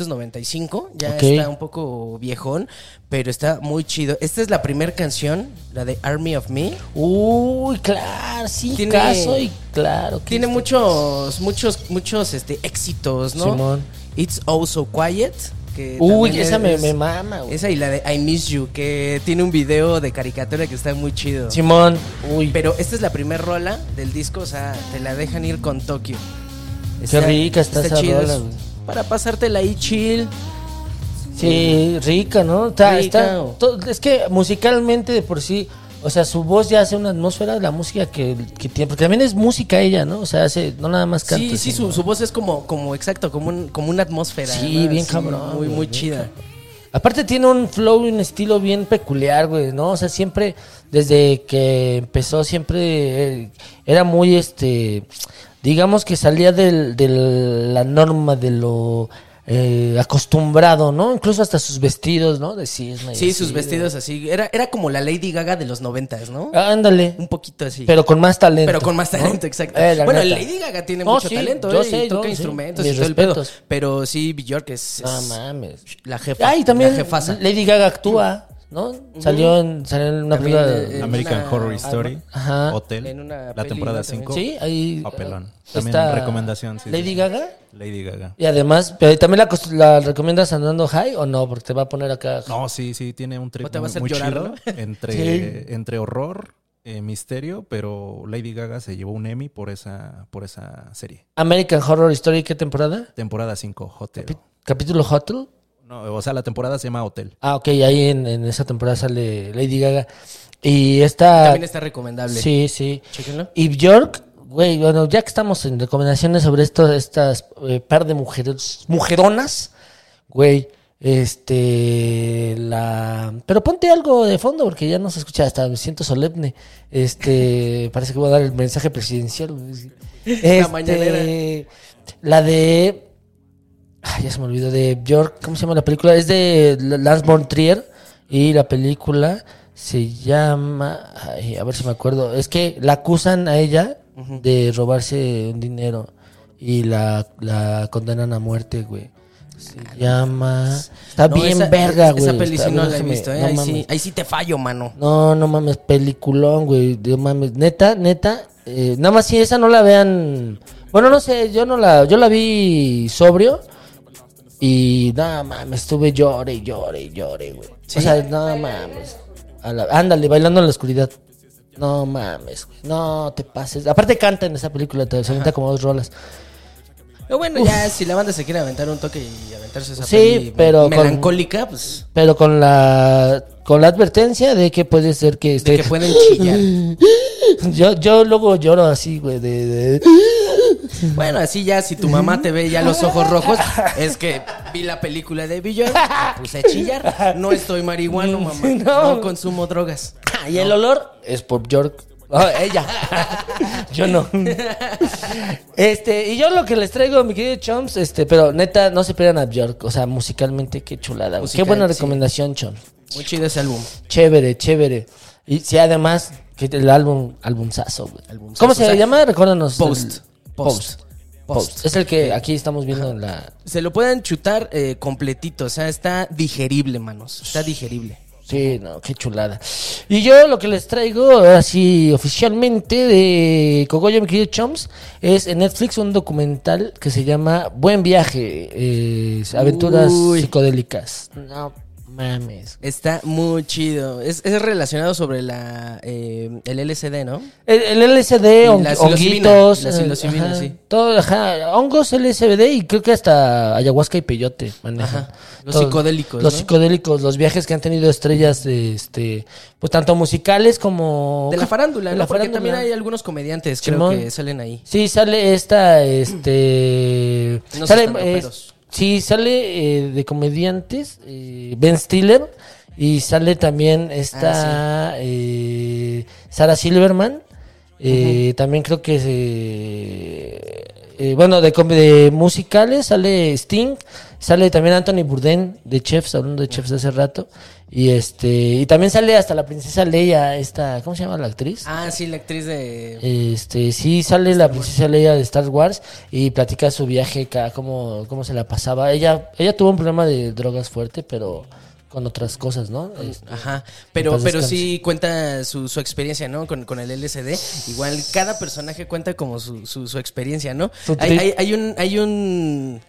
[SPEAKER 1] 1995. Ya
[SPEAKER 2] Ok.
[SPEAKER 1] está un poco viejón, pero está muy chido. Esta es la primera canción, la de Army of Me.
[SPEAKER 2] Uy, claro, sí,
[SPEAKER 1] Tiene-
[SPEAKER 2] caso y claro. que
[SPEAKER 1] Tiene
[SPEAKER 2] está-
[SPEAKER 1] muchos, muchos, muchos este, éxitos, ¿no?
[SPEAKER 2] Simón.
[SPEAKER 1] It's Also Quiet. Que
[SPEAKER 2] Uy,
[SPEAKER 1] también
[SPEAKER 2] esa me,
[SPEAKER 1] es-
[SPEAKER 2] me mama, güey.
[SPEAKER 1] Esa y la de I Miss You, que tiene un video de caricatura que está muy chido.
[SPEAKER 2] Simón, uy,
[SPEAKER 1] Pero esta es la primera rola del disco, o sea, te la dejan ir con Tokio.
[SPEAKER 2] rica está esa
[SPEAKER 1] chido,
[SPEAKER 2] rola,
[SPEAKER 1] es
[SPEAKER 2] güey.
[SPEAKER 1] Para pasártela ahí chill.
[SPEAKER 2] sí, rica, ¿no? Está,
[SPEAKER 1] Rica,
[SPEAKER 2] está-
[SPEAKER 1] o-
[SPEAKER 2] to- es que musicalmente de por sí, o sea, su voz ya hace una atmósfera de la música que, que tiene, porque también es música ella, ¿no? O sea, hace, no nada más canta.
[SPEAKER 1] sí, sí,
[SPEAKER 2] sino-
[SPEAKER 1] su, su voz es como, como exacto, como, un- como una atmósfera.
[SPEAKER 2] Sí,
[SPEAKER 1] ¿no?
[SPEAKER 2] bien
[SPEAKER 1] Así,
[SPEAKER 2] cabrón,
[SPEAKER 1] Muy,
[SPEAKER 2] güey,
[SPEAKER 1] muy
[SPEAKER 2] bien
[SPEAKER 1] chida.
[SPEAKER 2] Aparte tiene un flow y un estilo bien peculiar, güey, ¿no? O sea, siempre, desde que empezó, siempre eh, era muy, este, digamos que salía del, de la norma de lo eh, acostumbrado, ¿no? Incluso hasta sus vestidos, ¿no? De cisne. y
[SPEAKER 1] Sí,
[SPEAKER 2] así,
[SPEAKER 1] sus
[SPEAKER 2] de-
[SPEAKER 1] vestidos así. Era, era como la Lady Gaga de los noventas, ¿no?
[SPEAKER 2] Ándale.
[SPEAKER 1] Un poquito así.
[SPEAKER 2] Ah. Pero con más talento.
[SPEAKER 1] Pero con más
[SPEAKER 2] ¿no?
[SPEAKER 1] talento, exacto.
[SPEAKER 2] Eh, la
[SPEAKER 1] bueno,
[SPEAKER 2] neta.
[SPEAKER 1] Lady Gaga tiene
[SPEAKER 2] No,
[SPEAKER 1] mucho
[SPEAKER 2] sí,
[SPEAKER 1] talento,
[SPEAKER 2] yo
[SPEAKER 1] ¿eh?
[SPEAKER 2] sé,
[SPEAKER 1] y toca
[SPEAKER 2] yo, sí.
[SPEAKER 1] instrumentos y
[SPEAKER 2] Mis
[SPEAKER 1] todo el pedo.
[SPEAKER 2] respetos.
[SPEAKER 1] Pero sí, Bjork es,
[SPEAKER 2] No
[SPEAKER 1] es
[SPEAKER 2] mames.
[SPEAKER 1] la jefa.
[SPEAKER 2] Ah, y también
[SPEAKER 1] La jefasa.
[SPEAKER 2] Lady Gaga actúa, ¿no? Salió en, salió en una
[SPEAKER 1] También,
[SPEAKER 2] película.
[SPEAKER 1] eh,
[SPEAKER 2] de-
[SPEAKER 4] American
[SPEAKER 1] una-
[SPEAKER 4] Horror Story,
[SPEAKER 2] Ajá.
[SPEAKER 4] Hotel,
[SPEAKER 1] En una
[SPEAKER 4] la
[SPEAKER 1] peli, ¿no?
[SPEAKER 4] temporada
[SPEAKER 1] También.
[SPEAKER 4] 5.
[SPEAKER 2] Sí, ahí.
[SPEAKER 4] Papelón.
[SPEAKER 2] eh,
[SPEAKER 4] También
[SPEAKER 2] está
[SPEAKER 4] recomendación, sí, sí,
[SPEAKER 2] Lady
[SPEAKER 4] sí.
[SPEAKER 2] Gaga.
[SPEAKER 4] Lady Gaga.
[SPEAKER 2] Y además, pero ¿también la, cos- la recomiendas andando high o no? Porque te va a poner acá.
[SPEAKER 4] No, sí, sí, tiene un trip
[SPEAKER 1] ¿No te va a
[SPEAKER 4] muy,
[SPEAKER 1] hacer
[SPEAKER 4] muy
[SPEAKER 1] llorar,
[SPEAKER 4] chido
[SPEAKER 1] no?
[SPEAKER 4] entre,
[SPEAKER 2] Sí.
[SPEAKER 4] entre horror, eh, misterio, pero Lady Gaga se llevó un Emmy por esa, por esa serie.
[SPEAKER 2] American Horror Story, ¿qué temporada?
[SPEAKER 4] Temporada 5, Hotel.
[SPEAKER 2] Pi- Capítulo Hotel.
[SPEAKER 4] No, o sea, la temporada se llama Hotel.
[SPEAKER 2] Ah, ok, ahí en, en esa temporada sale Lady Gaga. Y esta.
[SPEAKER 1] También está recomendable.
[SPEAKER 2] Sí, sí.
[SPEAKER 1] Chéquenlo.
[SPEAKER 2] Y Bjork, güey, bueno, ya que estamos en recomendaciones sobre esto, estas eh, par de mujeres, mujeronas, güey, este, la... Pero ponte algo de fondo porque ya no se escucha, hasta me siento solemne. Este, parece que voy a dar el mensaje presidencial. güey. Este,
[SPEAKER 1] mañanera.
[SPEAKER 2] La de... ay, ya se me olvidó de Bjork, ¿cómo se llama la película? Es de Lance von Trier y la película se llama, ay, a ver si me acuerdo, es que la acusan a ella de robarse un dinero y la, la condenan a muerte, güey. Se llama, está
[SPEAKER 1] No,
[SPEAKER 2] bien
[SPEAKER 1] esa- eh,
[SPEAKER 2] verga, güey.
[SPEAKER 1] Esa peli
[SPEAKER 2] está
[SPEAKER 1] sí no
[SPEAKER 2] bien,
[SPEAKER 1] la he
[SPEAKER 2] déjame-
[SPEAKER 1] visto, ¿eh?
[SPEAKER 2] no
[SPEAKER 1] ahí, sí,
[SPEAKER 2] mames.
[SPEAKER 1] ahí sí te fallo, mano.
[SPEAKER 2] No, no mames, peliculón, güey. No mames, neta, neta. eh, nada más si esa no la vean. Bueno, no sé, yo no la, yo la vi sobrio. Y nada mames, estuve llore, llore, llore, güey. O sea, nada mames. A la- ándale, bailando en la oscuridad. No mames, güey. No te pases. Aparte canta en esa película, te se avienta como dos rolas.
[SPEAKER 1] Pero bueno, ya si la banda se quiere aventar un toque y aventarse esa
[SPEAKER 2] Sí,
[SPEAKER 1] peli
[SPEAKER 2] pero con-
[SPEAKER 1] melancólica, pues
[SPEAKER 2] Pero con la con la advertencia de que puede ser que esté.
[SPEAKER 1] de que pueden chillar.
[SPEAKER 2] yo, yo luego lloro así, güey, de- de...
[SPEAKER 1] Bueno, así ya si tu mamá te ve ya los ojos rojos, es que vi la película de Billon, me puse a chillar. No estoy marihuano, mamá. No, consumo drogas.
[SPEAKER 2] Ah, Y el olor es por York. Ah, ella. yo no. este, y yo lo que les traigo, mi querido Chomps, este, pero neta, no se pierdan a York. O sea, musicalmente, qué chulada. güey.
[SPEAKER 1] Musical,
[SPEAKER 2] qué buena
[SPEAKER 1] sí.
[SPEAKER 2] recomendación, Chomps.
[SPEAKER 1] Muy chido ese álbum.
[SPEAKER 2] Chévere, chévere. Y sí, además, que el álbum, albumzazo, güey.
[SPEAKER 1] Albumzazo.
[SPEAKER 2] ¿Cómo se
[SPEAKER 1] O sea,
[SPEAKER 2] llama? Recuérdanos.
[SPEAKER 1] Post.
[SPEAKER 2] El-
[SPEAKER 1] Post.
[SPEAKER 2] Post. Post. Es el que aquí estamos viendo en la.
[SPEAKER 1] Se lo pueden chutar eh, completito, o sea, está digerible, manos. Está digerible.
[SPEAKER 2] Sí, no, qué chulada. Y yo lo que les traigo así oficialmente de Cogollo, mi querido Chomps, es en Netflix un documental que se llama Buen Viaje, eh, Aventuras
[SPEAKER 1] Uy.
[SPEAKER 2] Psicodélicas. No mames.
[SPEAKER 1] Está muy chido. Es, es relacionado sobre la eh, el LSD, ¿no?
[SPEAKER 2] El, el LSD, hon-
[SPEAKER 1] la psilocibina,
[SPEAKER 2] honguitos.
[SPEAKER 1] la
[SPEAKER 2] eh,
[SPEAKER 1] psilocibina,
[SPEAKER 2] ajá,
[SPEAKER 1] sí.
[SPEAKER 2] Todo, ajá, hongos, LSD y creo que hasta ayahuasca y peyote manejan.
[SPEAKER 1] Ajá, los
[SPEAKER 2] Todo-
[SPEAKER 1] psicodélicos,
[SPEAKER 2] Los
[SPEAKER 1] ¿no?
[SPEAKER 2] psicodélicos, los viajes que han tenido estrellas, de, este, pues tanto musicales como.
[SPEAKER 1] De la farándula,
[SPEAKER 2] De
[SPEAKER 1] ¿no?
[SPEAKER 2] la
[SPEAKER 1] Porque
[SPEAKER 2] farándula.
[SPEAKER 1] también hay algunos comediantes, creo
[SPEAKER 2] Simón.
[SPEAKER 1] que salen ahí.
[SPEAKER 2] Sí, sale esta, este...
[SPEAKER 1] No
[SPEAKER 2] sale,
[SPEAKER 1] son tan
[SPEAKER 2] eh,
[SPEAKER 1] raperos.
[SPEAKER 2] sí, sale eh, de comediantes, eh, Ben Stiller, y sale también esta
[SPEAKER 1] Ah,
[SPEAKER 2] eh, Sarah Silverman, eh, también creo que... eh, eh, bueno, de, com- de musicales sale Sting, sale también Anthony Bourdain de Chefs, hablando de Chefs de hace rato, y este y también sale hasta la princesa Leia, esta, ¿cómo se llama la actriz?
[SPEAKER 1] Ah, sí, la actriz de...
[SPEAKER 2] Este, sí, sale la princesa Leia de Star Wars y platica su viaje, ca- cómo, cómo se la pasaba. Ella, ella tuvo un problema de drogas fuerte, pero con otras cosas, ¿no? Este,
[SPEAKER 1] Ajá, pero,
[SPEAKER 2] Entonces,
[SPEAKER 1] pero sí cuenta su, su experiencia, ¿no? Con, con el LSD. Igual cada personaje cuenta como su, su, su experiencia, ¿no?
[SPEAKER 2] Su
[SPEAKER 1] Hay,
[SPEAKER 2] trip.
[SPEAKER 1] hay, hay un... Hay un...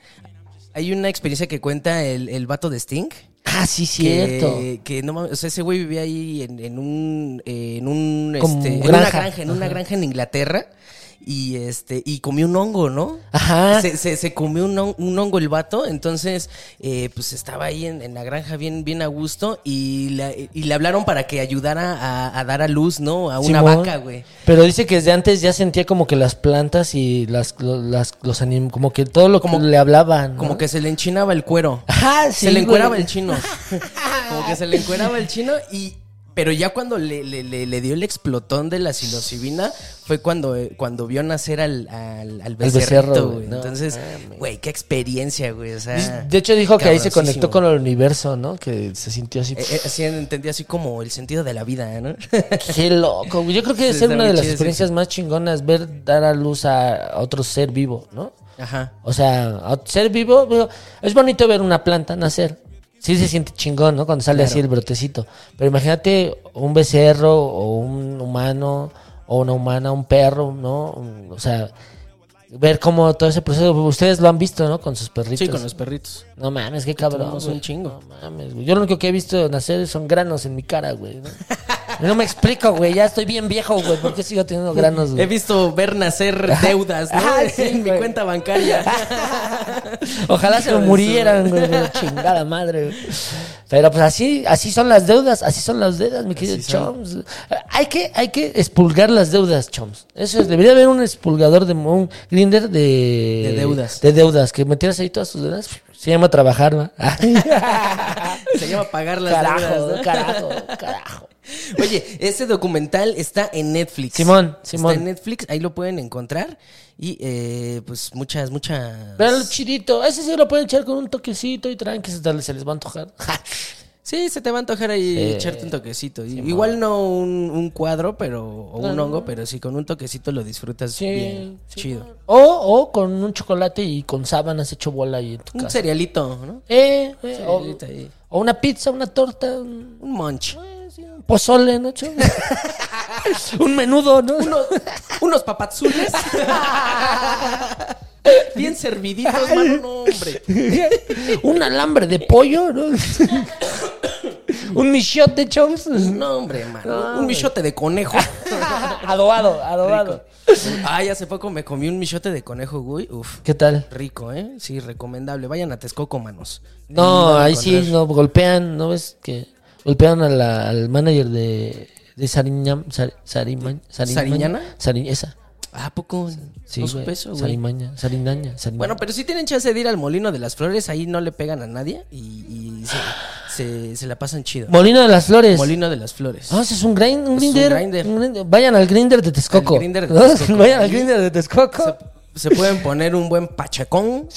[SPEAKER 1] Hay una experiencia que cuenta el, el vato de Sting.
[SPEAKER 2] Ah, sí,
[SPEAKER 1] que-
[SPEAKER 2] cierto.
[SPEAKER 1] Que, no mames, o sea, ese güey vivía ahí en, en un, eh, en un,
[SPEAKER 2] Como
[SPEAKER 1] este, en una
[SPEAKER 2] granja.
[SPEAKER 1] granja, en una granja en Inglaterra. Y este, y comió un hongo, ¿no?
[SPEAKER 2] Ajá.
[SPEAKER 1] Se, se- se comió un, hon- un hongo el vato, entonces, eh, pues estaba ahí en, en la granja bien, bien a gusto y, la- y le hablaron para que ayudara a, a dar a luz, ¿no? A una
[SPEAKER 2] Simón.
[SPEAKER 1] vaca, güey.
[SPEAKER 2] Pero dice que desde antes ya sentía como que las plantas y las, lo- las los anim como que todo lo
[SPEAKER 1] Como-
[SPEAKER 2] que le hablaban. ¿no?
[SPEAKER 1] Como que se le enchinaba el cuero.
[SPEAKER 2] Ajá, sí,
[SPEAKER 1] se le
[SPEAKER 2] güey.
[SPEAKER 1] encueraba el chino. Como que se le encueraba el chino y, Pero ya cuando le, le- le- le dio el explotón de la psilocibina fue cuando, eh, cuando vio nacer al, al, al
[SPEAKER 2] becerro,
[SPEAKER 1] becerrito,
[SPEAKER 2] güey,
[SPEAKER 1] güey.
[SPEAKER 2] no
[SPEAKER 1] Entonces,
[SPEAKER 2] mames.
[SPEAKER 1] güey, qué experiencia, güey. O sea,
[SPEAKER 2] De hecho dijo que ahí se
[SPEAKER 1] cabrosísimo.
[SPEAKER 2] conectó con el universo, ¿no? Que se sintió así.
[SPEAKER 1] Eh, eh, así entendí así como el sentido de la vida, ¿no?
[SPEAKER 2] Qué loco. güey. Yo creo que debe
[SPEAKER 1] Sí,
[SPEAKER 2] ser
[SPEAKER 1] está
[SPEAKER 2] una
[SPEAKER 1] muy
[SPEAKER 2] de las
[SPEAKER 1] chido, sí,
[SPEAKER 2] experiencias más chingonas ver dar a luz a a otro ser vivo, ¿no?
[SPEAKER 1] Ajá.
[SPEAKER 2] O sea, a ser vivo, digo, es bonito ver una planta nacer. Sí se siente chingón, ¿no? Cuando sale así el brotecito. Pero imagínate un becerro o un humano o una humana, un perro, ¿no? Un- O sea, ver cómo todo ese proceso, ustedes lo han visto, ¿no? Con sus perritos.
[SPEAKER 1] Sí, con los perritos.
[SPEAKER 2] No mames, qué cabrón.
[SPEAKER 1] Somos
[SPEAKER 2] güey.
[SPEAKER 1] un chingo.
[SPEAKER 2] No mames, güey. Yo lo único que he visto nacer son granos en mi cara, güey. ¿no? No me explico, güey. Ya estoy bien viejo, güey. ¿Por qué sigo teniendo granos,
[SPEAKER 1] He
[SPEAKER 2] güey?
[SPEAKER 1] visto ver nacer deudas, ¿no?
[SPEAKER 2] Ah, sí,
[SPEAKER 1] en mi
[SPEAKER 2] güey.
[SPEAKER 1] cuenta bancaria.
[SPEAKER 2] Ojalá se
[SPEAKER 1] Hijo de su-
[SPEAKER 2] murieran, güey. güey, Chingada madre. güey. Pero pues así, así son las deudas, así son las deudas, mi querido Choms. Hay que, hay que expulgar las deudas, Choms. Eso es, debería haber un expulgador de un grinder de,
[SPEAKER 1] De deudas.
[SPEAKER 2] De deudas, que metieras ahí todas tus deudas. Se llama trabajar, ¿no?
[SPEAKER 1] Se llama pagar las
[SPEAKER 2] carajo,
[SPEAKER 1] deudas, ¿no?
[SPEAKER 2] carajo, carajo.
[SPEAKER 1] Oye, ese documental está en Netflix.
[SPEAKER 2] Simón, Simón.
[SPEAKER 1] Está en Netflix, ahí lo pueden encontrar. Y eh, pues muchas, muchas.
[SPEAKER 2] Vean lo chidito. Ese sí lo pueden echar con un toquecito y tranqui, se se les va a antojar.
[SPEAKER 1] Sí, se te va a antojar ahí
[SPEAKER 2] Sí.
[SPEAKER 1] echarte un toquecito. Y- Igual no un, un cuadro, pero, o un hongo, pero sí con un toquecito lo disfrutas
[SPEAKER 2] Sí,
[SPEAKER 1] bien.
[SPEAKER 2] sí.
[SPEAKER 1] Chido.
[SPEAKER 2] O, o con un chocolate y con sábanas hecho bola ahí en tu
[SPEAKER 1] Un
[SPEAKER 2] casa.
[SPEAKER 1] cerealito, ¿no?
[SPEAKER 2] Eh, eh, o,
[SPEAKER 1] Cerealito ahí.
[SPEAKER 2] o una pizza, una torta, un
[SPEAKER 1] Un munch.
[SPEAKER 2] un pozole, ¿no? chavo? un menudo, ¿no?
[SPEAKER 1] Unos papazules. bien serviditos, mano, no, hombre.
[SPEAKER 2] un alambre de pollo, ¿no? un michote, chons.
[SPEAKER 1] No, hombre, mano. un michote de conejo.
[SPEAKER 2] adobado, adobado.
[SPEAKER 1] Ah, ya hace poco me comí un michote de conejo, güey. Uf.
[SPEAKER 2] ¿Qué tal?
[SPEAKER 1] Rico, ¿eh? Sí, recomendable. Vayan a Texcoco, manos.
[SPEAKER 2] No,
[SPEAKER 1] van a
[SPEAKER 2] ahí sí,
[SPEAKER 1] encontrar.
[SPEAKER 2] no, golpean, ¿no ves? Que golpean a la- al manager de, de Sariñam, Sar- Sarimañ- Sarimañ-
[SPEAKER 1] ¿Sariñana?
[SPEAKER 2] Sari- esa.
[SPEAKER 1] ¿A poco?
[SPEAKER 2] Sí,
[SPEAKER 1] no
[SPEAKER 2] güey,
[SPEAKER 1] supe eso, güey.
[SPEAKER 2] Sarimaña, Sariñaña, Sarimañ-
[SPEAKER 1] Bueno, pero si tienen chance de ir al Molino de las Flores, ahí no le pegan a nadie y, y se, se- se la pasan chido.
[SPEAKER 2] Molino de las Flores.
[SPEAKER 1] Molino de las Flores.
[SPEAKER 2] Pues- Ah, ese es un, grind, un
[SPEAKER 1] Es un
[SPEAKER 2] grinder.
[SPEAKER 1] grinder.
[SPEAKER 2] un grinder. Vayan al grinder de Texcoco.
[SPEAKER 1] Al grinder de Texcoco.
[SPEAKER 2] Vayan al grinder de Texcoco.
[SPEAKER 1] Se pueden poner un buen pachacón.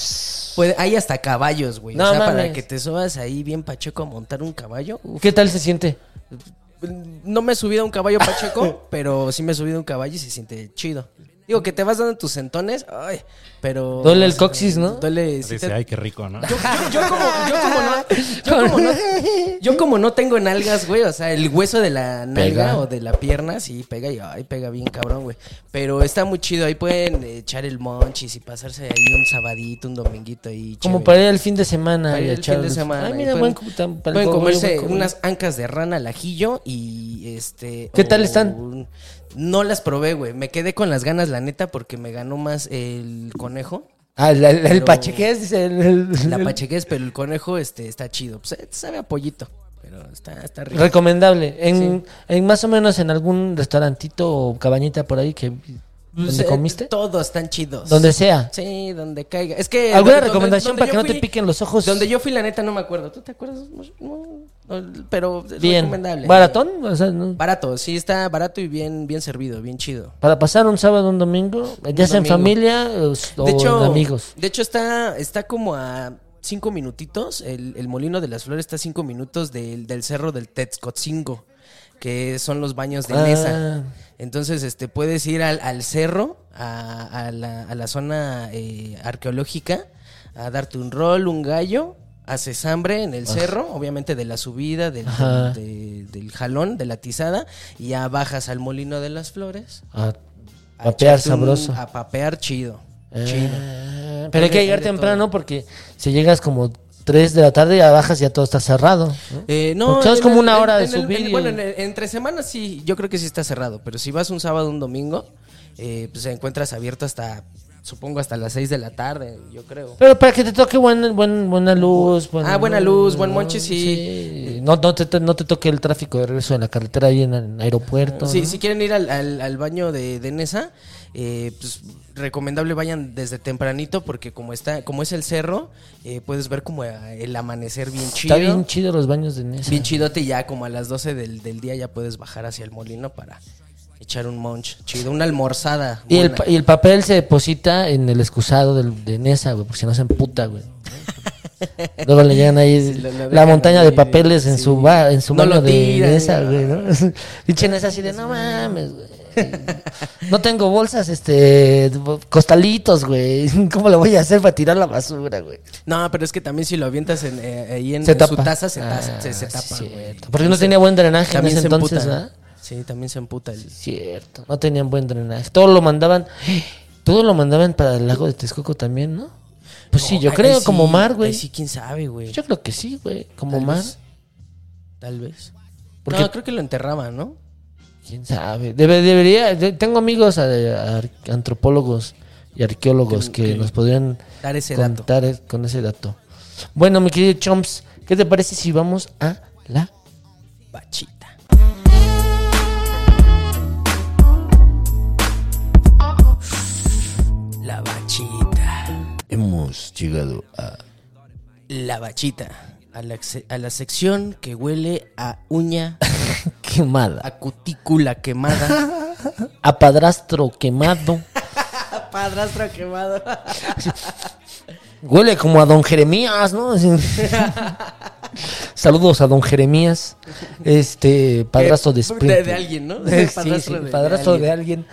[SPEAKER 1] Puede- hay hasta caballos, güey.
[SPEAKER 2] No
[SPEAKER 1] o sea,
[SPEAKER 2] mames.
[SPEAKER 1] para que te subas ahí bien pacheco a montar un caballo. Uf.
[SPEAKER 2] ¿Qué tal se siente?
[SPEAKER 1] No me he subido a un caballo pacheco, pero sí me he subido a un caballo y se siente chido. Digo, que te vas dando tus sentones, ay, pero... este,
[SPEAKER 2] Duele el coxis, ¿no?
[SPEAKER 1] Duele... sí
[SPEAKER 4] Dice,
[SPEAKER 1] te-
[SPEAKER 4] ay, qué rico, ¿no?
[SPEAKER 1] Yo, yo- yo como, yo como no, yo como no, yo como no tengo nalgas, güey, o sea, el hueso de la nalga
[SPEAKER 2] Pega.
[SPEAKER 1] o de la pierna sí pega y ay, pega bien cabrón, güey. Pero está muy chido, ahí pueden echar el monchis y pasarse ahí un sabadito, un dominguito y
[SPEAKER 2] Como para ir al fin de semana.
[SPEAKER 1] Para
[SPEAKER 2] y
[SPEAKER 1] ir el
[SPEAKER 2] echar-
[SPEAKER 1] fin de semana.
[SPEAKER 2] Ay,
[SPEAKER 1] y
[SPEAKER 2] mira,
[SPEAKER 1] pueden,
[SPEAKER 2] buen cu- tan- para el
[SPEAKER 1] pueden
[SPEAKER 2] cogollo,
[SPEAKER 1] comerse
[SPEAKER 2] buen cogollo.
[SPEAKER 1] unas ancas de rana al ajillo y este.
[SPEAKER 2] ¿Qué tal
[SPEAKER 1] o
[SPEAKER 2] están?
[SPEAKER 1] un- No las probé, güey. Me quedé con las ganas, la neta, porque me ganó más el conejo.
[SPEAKER 2] Ah, el, el,
[SPEAKER 1] Pero-
[SPEAKER 2] pachequés, dice. el- el-
[SPEAKER 1] La
[SPEAKER 2] el-
[SPEAKER 1] pachequés, pero el conejo este está chido. Pues eh, sabe a pollito, pero está, está rico.
[SPEAKER 2] Recomendable. En, en más o menos en algún restaurantito o cabañita por ahí que
[SPEAKER 1] Pues,
[SPEAKER 2] donde
[SPEAKER 1] eh,
[SPEAKER 2] comiste.
[SPEAKER 1] Todos están chidos.
[SPEAKER 2] Donde sea.
[SPEAKER 1] Sí, donde caiga. Es que.
[SPEAKER 2] ¿Alguna
[SPEAKER 1] donde-
[SPEAKER 2] recomendación
[SPEAKER 1] donde
[SPEAKER 2] para que
[SPEAKER 1] yo
[SPEAKER 2] no te
[SPEAKER 1] fui-
[SPEAKER 2] piquen los ojos?
[SPEAKER 1] Donde yo fui, la neta, no me acuerdo. ¿Tú te acuerdas? No, no, pero es
[SPEAKER 2] Bien.
[SPEAKER 1] recomendable.
[SPEAKER 2] ¿Baratón? O sea, ¿no?
[SPEAKER 1] Barato, sí, está barato y bien, bien servido, bien chido.
[SPEAKER 2] Para pasar un sábado, un domingo, ya sea en
[SPEAKER 1] domingo.
[SPEAKER 2] familia o, o
[SPEAKER 1] de hecho,
[SPEAKER 2] en amigos.
[SPEAKER 1] De hecho, está, está como a cinco minutitos. El, el Molino de las Flores está a cinco minutos del, del cerro del Tetzcotzingo, que son los baños de
[SPEAKER 2] Ah.
[SPEAKER 1] Nesa. Entonces, este, puedes ir al, al cerro, a, a la, a la zona eh, arqueológica, a darte un rol, un gallo. Haces hambre en el cerro, obviamente de la subida, del,
[SPEAKER 2] Ah. Ajá.
[SPEAKER 1] de- del jalón, de la tizada, y ya bajas al molino de las flores.
[SPEAKER 2] Ah, A
[SPEAKER 1] a
[SPEAKER 2] papear
[SPEAKER 1] echarte un-
[SPEAKER 2] sabroso.
[SPEAKER 1] A papear chido.
[SPEAKER 2] Ah,
[SPEAKER 1] Chido.
[SPEAKER 2] Pero hay que
[SPEAKER 1] Depende
[SPEAKER 2] llegar
[SPEAKER 1] de
[SPEAKER 2] temprano
[SPEAKER 1] todo.
[SPEAKER 2] porque si llegas como 3 de la tarde, ya bajas y ya todo está cerrado. ¿no?
[SPEAKER 1] Eh,
[SPEAKER 2] Porque sabes
[SPEAKER 1] en
[SPEAKER 2] como
[SPEAKER 1] el-
[SPEAKER 2] una
[SPEAKER 1] en-
[SPEAKER 2] hora de
[SPEAKER 1] en el-
[SPEAKER 2] subir
[SPEAKER 1] en-
[SPEAKER 2] y-
[SPEAKER 1] bueno, en el- entre semanas sí, yo creo que sí está cerrado, pero si vas un sábado, un domingo, eh, pues encuentras abierto hasta, supongo, hasta las 6 de la tarde, yo creo.
[SPEAKER 2] Pero para que te toque buen, buen- buena luz. buen-
[SPEAKER 1] Ah, buena luz, buen monche, sí.
[SPEAKER 2] sí. No, no, te, to- no te toque el tráfico de regreso de la carretera ahí en el aeropuerto.
[SPEAKER 1] Sí,
[SPEAKER 2] ¿no?
[SPEAKER 1] si quieren ir al, al- al baño de, de Nesa, eh, pues, recomendable vayan desde tempranito porque como está, como es el cerro, eh, puedes ver como a- el amanecer bien chido.
[SPEAKER 2] Está bien chido los baños de Nesa.
[SPEAKER 1] bien chidote y ya como a las 12 del, del día ya puedes bajar hacia el molino para echar un munch chido, una almorzada.
[SPEAKER 2] Y el,
[SPEAKER 1] buena.
[SPEAKER 2] pa- y el papel se deposita en el excusado del- de Nesa, güey, porque si no se emputa, güey. Luego le llegan ahí
[SPEAKER 1] Sí, lo- lo
[SPEAKER 2] la
[SPEAKER 1] dejan
[SPEAKER 2] montaña de
[SPEAKER 1] ahí,
[SPEAKER 2] papeles en
[SPEAKER 1] sí.
[SPEAKER 2] su ba- en su
[SPEAKER 1] No lo
[SPEAKER 2] mano de
[SPEAKER 1] tiran,
[SPEAKER 2] Nesa,
[SPEAKER 1] no.
[SPEAKER 2] güey, ¿no? Pinche Nesa así de, no mames, güey. No tengo bolsas, este, bo- costalitos, güey. ¿Cómo le voy a hacer para tirar la basura, güey?
[SPEAKER 1] No, pero es que también si lo avientas en, eh, ahí en,
[SPEAKER 2] Se
[SPEAKER 1] en
[SPEAKER 2] tapa.
[SPEAKER 1] su taza, se,
[SPEAKER 2] Ah,
[SPEAKER 1] taza- se, se
[SPEAKER 2] sí,
[SPEAKER 1] tapa,
[SPEAKER 2] cierto.
[SPEAKER 1] güey.
[SPEAKER 2] Porque no tenía buen drenaje en
[SPEAKER 1] También
[SPEAKER 2] ese
[SPEAKER 1] se
[SPEAKER 2] entonces,
[SPEAKER 1] emputa.
[SPEAKER 2] ¿verdad?
[SPEAKER 1] Sí, también se emputa. El...
[SPEAKER 2] Cierto, no tenían buen drenaje. Todo lo mandaban, todo lo mandaban para el lago de Texcoco también, ¿no? Pues sí,
[SPEAKER 1] No,
[SPEAKER 2] yo
[SPEAKER 1] Oh, ahí
[SPEAKER 2] creo,
[SPEAKER 1] sí,
[SPEAKER 2] como mar, güey.
[SPEAKER 1] ahí Sí, quién sabe, güey.
[SPEAKER 2] Yo creo que sí, güey, como
[SPEAKER 1] Tal
[SPEAKER 2] mar.
[SPEAKER 1] vez. Tal vez.
[SPEAKER 2] Porque-
[SPEAKER 1] No, creo que lo enterraba, ¿no?
[SPEAKER 2] ¿Quién sabe? Debe- debería, de- tengo amigos eh, ar- antropólogos y arqueólogos que, nos podrían
[SPEAKER 1] Dar ese dato.
[SPEAKER 2] contar eh, con ese dato. Bueno, mi querido Chomps, ¿qué te parece si vamos a la
[SPEAKER 1] Bachita. La bachita.
[SPEAKER 2] Hemos llegado a...
[SPEAKER 1] La bachita. A la, ex- a la sección que huele a uña,
[SPEAKER 2] Quemada,
[SPEAKER 1] a cutícula quemada.
[SPEAKER 2] a padrastro quemado.
[SPEAKER 1] a padrastro quemado.
[SPEAKER 2] Huele como a don Jeremías, ¿no? Así. Saludos a don Jeremías, este padrastro de
[SPEAKER 1] Eh, de-
[SPEAKER 2] Springfield.
[SPEAKER 1] de alguien, ¿no?
[SPEAKER 2] Sí,
[SPEAKER 1] Padrastro
[SPEAKER 2] sí,
[SPEAKER 1] de- de
[SPEAKER 2] padrastro de alguien.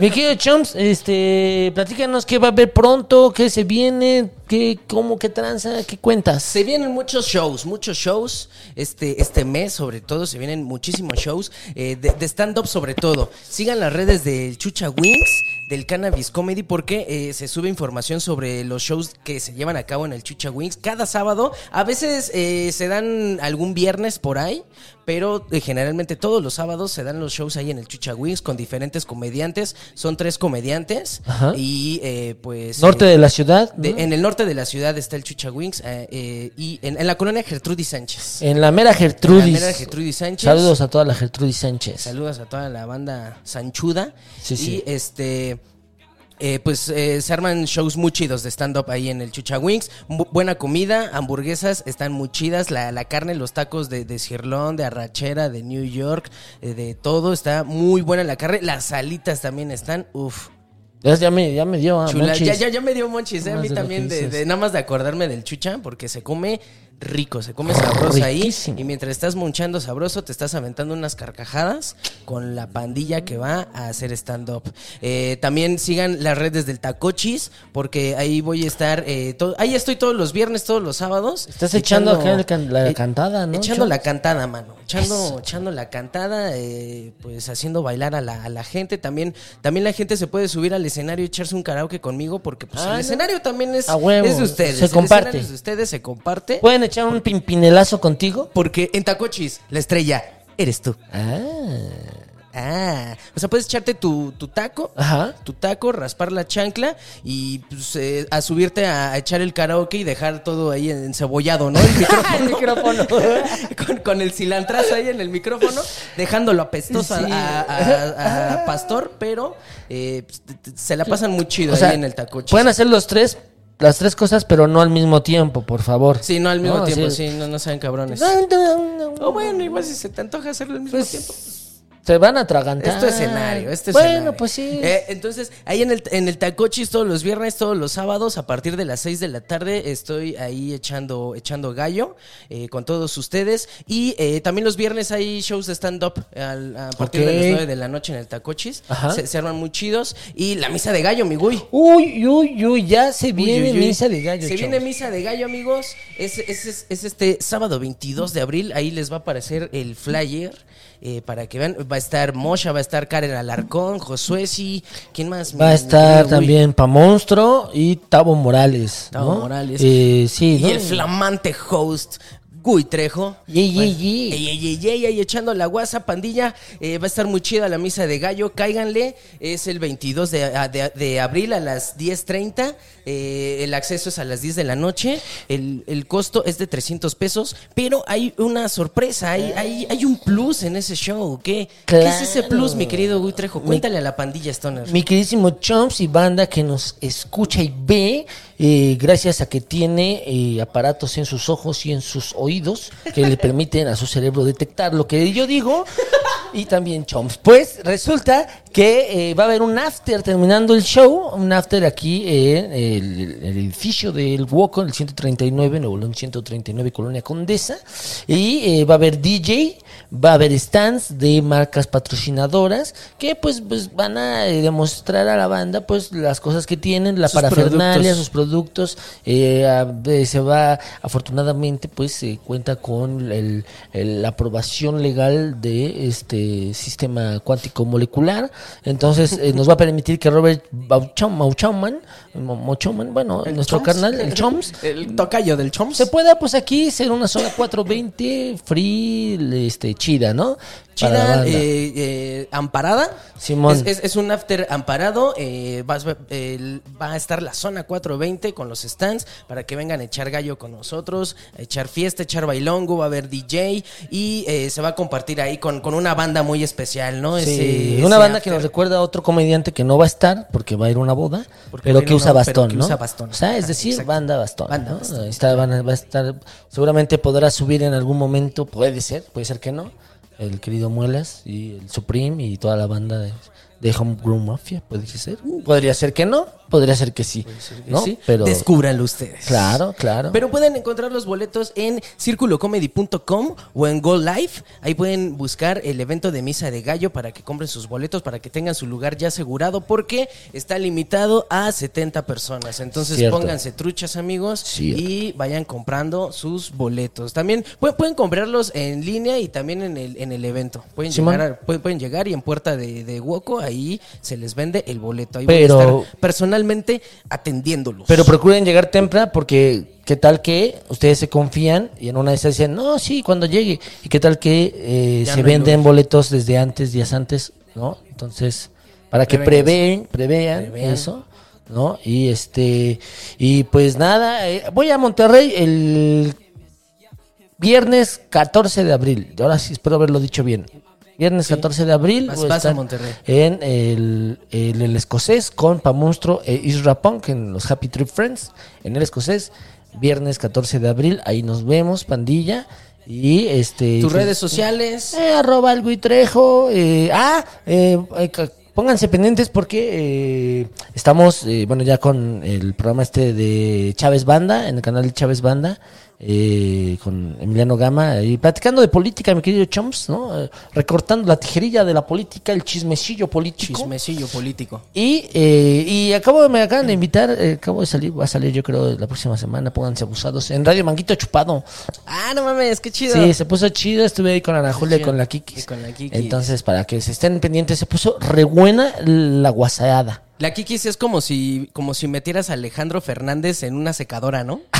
[SPEAKER 2] Mi querido Chomps, este, platícanos qué va a haber pronto, qué se viene, qué, cómo, qué tranza, qué cuentas.
[SPEAKER 1] Se vienen muchos shows, muchos shows. Este, este mes, sobre todo, se vienen muchísimos shows eh, de, de stand-up, sobre todo. Sigan las redes del Chucha Wings, del Cannabis Comedy, porque eh, se sube información sobre los shows que se llevan a cabo en el Chucha Wings cada sábado. A veces eh, se dan algún viernes por ahí, pero eh, generalmente todos los sábados se dan los shows ahí en el Chucha Wings con diferentes comediantes. Son tres comediantes.
[SPEAKER 2] Ajá.
[SPEAKER 1] Y eh, pues.
[SPEAKER 2] Norte
[SPEAKER 1] eh,
[SPEAKER 2] de la ciudad,
[SPEAKER 1] de-
[SPEAKER 2] ¿no?
[SPEAKER 1] en el norte de la ciudad está el Chucha Wings eh, eh, y en, en la colonia Gertrudis Sánchez.
[SPEAKER 2] en la mera
[SPEAKER 1] En
[SPEAKER 2] Gertrudis.
[SPEAKER 1] la mera Gertrudis Sánchez.
[SPEAKER 2] Saludos a toda la Gertrudis Sánchez.
[SPEAKER 1] Saludos a toda la banda Sanchuda.
[SPEAKER 2] Sí,
[SPEAKER 1] y
[SPEAKER 2] sí.
[SPEAKER 1] este. eh, pues eh, se arman shows muy chidos de stand-up ahí en el Chucha Wings. Bu- buena comida, hamburguesas están muy chidas. La, la carne, los tacos de, de cirlón, de arrachera, de New York, eh, de todo. Está muy buena la carne. Las salitas también están, uff,
[SPEAKER 2] Ya, ya me, ya me dio ah, a
[SPEAKER 1] chula.
[SPEAKER 2] Monchis.
[SPEAKER 1] Ya, ya, ya me dio monchis, eh, a
[SPEAKER 2] Más
[SPEAKER 1] mí
[SPEAKER 2] de lo
[SPEAKER 1] también,
[SPEAKER 2] que
[SPEAKER 1] de,
[SPEAKER 2] dices.
[SPEAKER 1] de- nada más de acordarme del chucha, porque se come rico, se come sabroso
[SPEAKER 2] Riquísimo.
[SPEAKER 1] ahí. Y mientras estás monchando sabroso, te estás aventando unas carcajadas con la pandilla que va a hacer stand-up. Eh, también sigan las redes del Tacochis, porque ahí voy a estar, eh, to- ahí estoy todos los viernes, todos los sábados. e
[SPEAKER 2] Estás echando acá el can- la cantada, ¿no,
[SPEAKER 1] Echando
[SPEAKER 2] Chon?
[SPEAKER 1] la cantada, mano. Echando, echando la cantada, eh, pues haciendo bailar a la, a la gente. También, también la gente se puede subir al escenario y echarse un karaoke conmigo, porque pues
[SPEAKER 2] Ah,
[SPEAKER 1] el
[SPEAKER 2] no.
[SPEAKER 1] escenario también es,
[SPEAKER 2] A huevo.
[SPEAKER 1] es de ustedes.
[SPEAKER 2] Se
[SPEAKER 1] El
[SPEAKER 2] comparte. Pues-
[SPEAKER 1] escenario es de ustedes, se comparte.
[SPEAKER 2] ¿Pueden echar un pimpinelazo contigo?
[SPEAKER 1] Porque en Tacochis, la estrella eres tú.
[SPEAKER 2] Ah.
[SPEAKER 1] Ah, o sea, puedes echarte tu, tu taco,
[SPEAKER 2] Ajá.
[SPEAKER 1] tu taco, raspar la chancla y pues, eh, a subirte a, a echar el karaoke y dejar todo ahí en- encebollado, ¿no? El micrófono. con, con el cilantrazo ahí en el micrófono, dejándolo apestoso a-
[SPEAKER 2] Sí.
[SPEAKER 1] a, a- a Pastor, pero eh, pues, t- t- se la pasan muy chido
[SPEAKER 2] O sea,
[SPEAKER 1] ahí en el tacoche.
[SPEAKER 2] Pueden hacer los tres, las tres cosas, pero no al mismo tiempo, por favor.
[SPEAKER 1] Sí, no al mismo
[SPEAKER 2] No,
[SPEAKER 1] tiempo,
[SPEAKER 2] sí.
[SPEAKER 1] sí,
[SPEAKER 2] Oh,
[SPEAKER 1] no, no sean cabrones. O bueno, igual si se te antoja hacerlo al mismo
[SPEAKER 2] Pues,
[SPEAKER 1] tiempo.
[SPEAKER 2] Se van a atragantar.
[SPEAKER 1] Pues, Esto es escenario, este
[SPEAKER 2] Bueno,
[SPEAKER 1] escenario.
[SPEAKER 2] pues sí.
[SPEAKER 1] Eh, entonces, ahí en el, en el Tacochis todos los viernes, todos los sábados, a partir de las 6 de la tarde, estoy ahí echando, echando gallo eh, con todos ustedes. Y eh, también los viernes hay shows de stand-up al- a partir de
[SPEAKER 2] Ok.
[SPEAKER 1] las 9 de la noche en el Tacochis.
[SPEAKER 2] Ajá.
[SPEAKER 1] Se, se arman muy chidos. Y la misa de gallo, mi güey.
[SPEAKER 2] Uy, uy, uy, ya se
[SPEAKER 1] Uy,
[SPEAKER 2] viene
[SPEAKER 1] uy, uy.
[SPEAKER 2] misa de gallo.
[SPEAKER 1] Se
[SPEAKER 2] chavos.
[SPEAKER 1] viene misa de gallo, amigos. Es, es- es- es este sábado 22 de abril. Ahí les va a aparecer el flyer eh, para que vean. Va a estar Mosha, va a estar Karen Alarcón, Josué, sí. ¿Quién más?
[SPEAKER 2] Va a
[SPEAKER 1] Mi-
[SPEAKER 2] estar
[SPEAKER 1] mi-
[SPEAKER 2] también Pa Monstro y Tabo Morales.
[SPEAKER 1] Tavo
[SPEAKER 2] ¿no?
[SPEAKER 1] Morales.
[SPEAKER 2] Eh, sí,
[SPEAKER 1] Y
[SPEAKER 2] ¿no?
[SPEAKER 1] el flamante host. Cuy Trejo.
[SPEAKER 2] Ye, ye,
[SPEAKER 1] Bueno,
[SPEAKER 2] ye.
[SPEAKER 1] Ey, ey, ey, ey, ey, echando la guasa, pandilla. Eh, va a estar muy chida la misa de gallo. Cáiganle. Es el 22 de, a- de- de abril a las 10.30. Eh, el acceso es a las 10 de la noche. El, el costo es de 300 pesos. Pero hay una sorpresa. Hay, hay, hay un plus en ese show. ¿Qué, ¿Qué es ese
[SPEAKER 2] Claro.
[SPEAKER 1] plus, mi querido Guy Trejo? Cuéntale a la pandilla, Stoner.
[SPEAKER 2] Mi queridísimo Chomps y banda que nos escucha y ve, eh, gracias a que tiene eh, aparatos en sus ojos y en sus oídos que le permiten a su cerebro detectar lo que yo digo. Y también Chomps. Pues resulta que eh, va a haber un after terminando el show, un after aquí en el, el edificio del Woco, en el 139, Nuevo León 139, Colonia Condesa. Y eh, va a haber DJ, va a haber stands de marcas patrocinadoras que pues, pues, van a eh, demostrar a la banda pues las cosas que tienen, la
[SPEAKER 1] Sus
[SPEAKER 2] parafernalia,
[SPEAKER 1] productos.
[SPEAKER 2] sus productos. eh, a- eh, se va, afortunadamente pues se cuenta con el- el- la aprobación legal de este sistema cuántico molecular. Entonces eh, nos va a permitir que Robert Bauchau- Mauchauman, Mo- Mochauman, bueno, nuestro
[SPEAKER 1] Choms.
[SPEAKER 2] carnal, el Choms,
[SPEAKER 1] El tocayo del Choms.
[SPEAKER 2] se pueda pues aquí ser una zona 420 free este chida, ¿no? Para la
[SPEAKER 1] Chida,
[SPEAKER 2] banda.
[SPEAKER 1] eh, eh, amparada.
[SPEAKER 2] Simón.
[SPEAKER 1] Es, es- es un after amparado. eh, vas- el- va a estar la zona 420 con los stands para que vengan a echar gallo con nosotros, a echar fiesta, a echar bailongo, va a haber DJ y eh, se va a compartir ahí con, con una banda muy especial, ¿no?
[SPEAKER 2] Sí,
[SPEAKER 1] Ese-
[SPEAKER 2] una
[SPEAKER 1] ese
[SPEAKER 2] banda que
[SPEAKER 1] after.
[SPEAKER 2] nos recuerda a otro comediante que no va a estar porque va a ir a una boda,
[SPEAKER 1] Porque va a
[SPEAKER 2] pero
[SPEAKER 1] ir
[SPEAKER 2] que
[SPEAKER 1] a
[SPEAKER 2] usa
[SPEAKER 1] una- pero
[SPEAKER 2] bastón,
[SPEAKER 1] que
[SPEAKER 2] ¿no?
[SPEAKER 1] usa bastón.
[SPEAKER 2] O sea, es
[SPEAKER 1] Ajá,
[SPEAKER 2] decir,
[SPEAKER 1] exacto.
[SPEAKER 2] banda bastón.
[SPEAKER 1] Banda
[SPEAKER 2] ¿no?
[SPEAKER 1] bastón.
[SPEAKER 2] Ahí está, van a- va a estar, seguramente podrá subir en algún momento, puede ser, puede ser que no. El querido Muelas y el Supreme y toda la banda de, de Homegrown Mafia, puede ser.
[SPEAKER 1] Uh.
[SPEAKER 2] Podría ser que no, podría ser que sí. ¿no?
[SPEAKER 1] Sí,
[SPEAKER 2] Pero,
[SPEAKER 1] Descúbranlo ustedes.
[SPEAKER 2] claro, claro.
[SPEAKER 1] Pero pueden encontrar los boletos en circulocomedy.com o en Go Live. Ahí pueden buscar el evento de Misa de Gallo para que compren sus boletos, para que tengan su lugar ya asegurado, porque está limitado a 70 personas. Entonces
[SPEAKER 2] Cierto.
[SPEAKER 1] pónganse truchas, amigos,
[SPEAKER 2] Cierto.
[SPEAKER 1] y vayan comprando sus boletos. También pu- pueden, comprarlos en línea y también en el, en el evento. Pueden,
[SPEAKER 2] Simón.
[SPEAKER 1] llegar a- pueden, pueden llegar y en puerta de, de Woco, ahí se les vende el boleto. Ahí voy a
[SPEAKER 2] Pero-
[SPEAKER 1] estar personalmente atendiéndolos.
[SPEAKER 2] Pero procuren llegar temprano porque qué tal que ustedes se confían y en una de esas dicen, no, sí, cuando llegue. Y qué tal que eh,
[SPEAKER 1] Ya
[SPEAKER 2] se
[SPEAKER 1] no hay
[SPEAKER 2] venden boletos desde antes, días antes, ¿no? Entonces, para que prevén,
[SPEAKER 1] Prevengan
[SPEAKER 2] prevean,
[SPEAKER 1] Prevean.
[SPEAKER 2] eso, ¿no? Y este, y pues nada, eh, voy a Monterrey el viernes 14 de abril. Ahora sí espero haberlo dicho bien. Viernes 14 de abril
[SPEAKER 1] Vas-
[SPEAKER 2] voy
[SPEAKER 1] vas a
[SPEAKER 2] estar
[SPEAKER 1] Monterrey.
[SPEAKER 2] en el, el, el escocés con Pamonstro e Isra Punk en los Happy Trip Friends en el escocés viernes 14 de abril ahí nos vemos pandilla y este
[SPEAKER 1] Tus
[SPEAKER 2] pues,
[SPEAKER 1] redes sociales.
[SPEAKER 2] eh, arroba el buitrejo eh, ah eh, eh, ca- pónganse pendientes porque eh, estamos eh, bueno ya con el programa este de Chávez Banda en el canal de Chávez Banda eh, con Emiliano Gama y platicando de política mi querido Chomps no Eh, recortando la tijerilla de la política el chismecillo político
[SPEAKER 1] Chismecillo político.
[SPEAKER 2] y, eh, y acabo de, me acaban de invitar, eh, acabo de salir, va a salir yo creo la próxima semana, pónganse abusados, en Radio Manguito Chupado.
[SPEAKER 1] Ah, no mames, qué chido.
[SPEAKER 2] Sí, se puso chido, estuve ahí con Ana Julia y con la Kikis.
[SPEAKER 1] Y con la Kikis.
[SPEAKER 2] Entonces, para que se estén pendientes, se puso re buena la guasaada.
[SPEAKER 1] La Kikis es como si, como si metieras a Alejandro Fernández en una secadora, ¿no?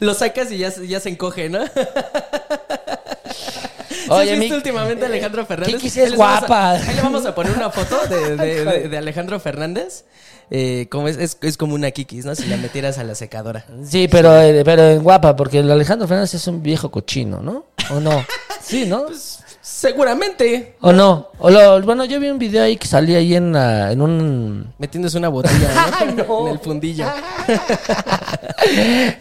[SPEAKER 1] Lo sacas y ya, se- ya se encoge, ¿no? ¿Sí
[SPEAKER 2] Oye,
[SPEAKER 1] has
[SPEAKER 2] mi-
[SPEAKER 1] visto últimamente a Alejandro Fernández?
[SPEAKER 2] Kikis
[SPEAKER 1] Ahí
[SPEAKER 2] es
[SPEAKER 1] les vamos a-
[SPEAKER 2] guapa.
[SPEAKER 1] ahí le vamos a poner una foto de, de- de- de Alejandro Fernández. Eh, como es, es, es como una Kikis, ¿no? Si la metieras a la secadora.
[SPEAKER 2] Sí, pero, eh, pero en guapa, porque el Alejandro Fernández es un viejo cochino, ¿no? ¿O no? Sí, ¿no?
[SPEAKER 1] Pues, Seguramente
[SPEAKER 2] ¿O no? O lo- bueno, yo vi un video ahí que salía ahí en, la- en un...
[SPEAKER 1] metiéndose una botella ¿no? en el fundillo.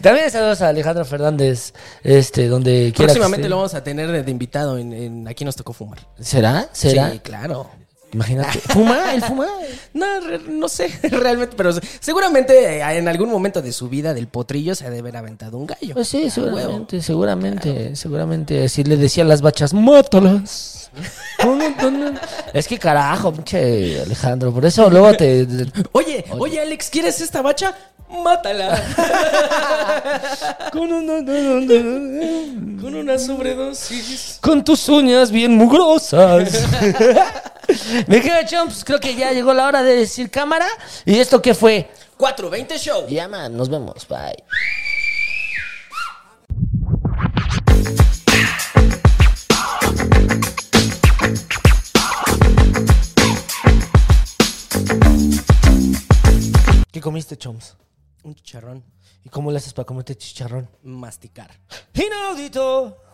[SPEAKER 2] También saludos a Alejandro Fernández, este, donde quiera que
[SPEAKER 1] Próximamente
[SPEAKER 2] esté.
[SPEAKER 1] lo vamos a tener de, de invitado en, en Aquí nos tocó fumar.
[SPEAKER 2] ¿Será? ¿Será?
[SPEAKER 1] Sí, claro.
[SPEAKER 2] Imagínate. ¿Fuma? ¿El fuma?
[SPEAKER 1] No, re- no sé realmente, pero se- seguramente eh, en algún momento de su vida del potrillo se ha de haber aventado un gallo.
[SPEAKER 2] Pues sí, seguramente, seguramente, seguramente. Si le decía a las bachas, mátalas. No, no, no, no. es que carajo, pinche Alejandro. Por eso luego te. te-
[SPEAKER 1] Oye, oye, Alex, ¿quieres esta bacha? Mátala.
[SPEAKER 2] Con, no, no, no, no, no.
[SPEAKER 1] Con una sobredosis.
[SPEAKER 2] Con tus uñas bien mugrosas. Me quedo chomps. pues Creo que ya llegó la hora de decir cámara. ¿Y esto qué fue?
[SPEAKER 1] 420 Show.
[SPEAKER 2] Llama, nos vemos. Bye. comiste, Choms?
[SPEAKER 1] Un chicharrón.
[SPEAKER 2] ¿Y cómo le haces para comerte chicharrón?
[SPEAKER 1] Masticar.
[SPEAKER 2] Inaudito.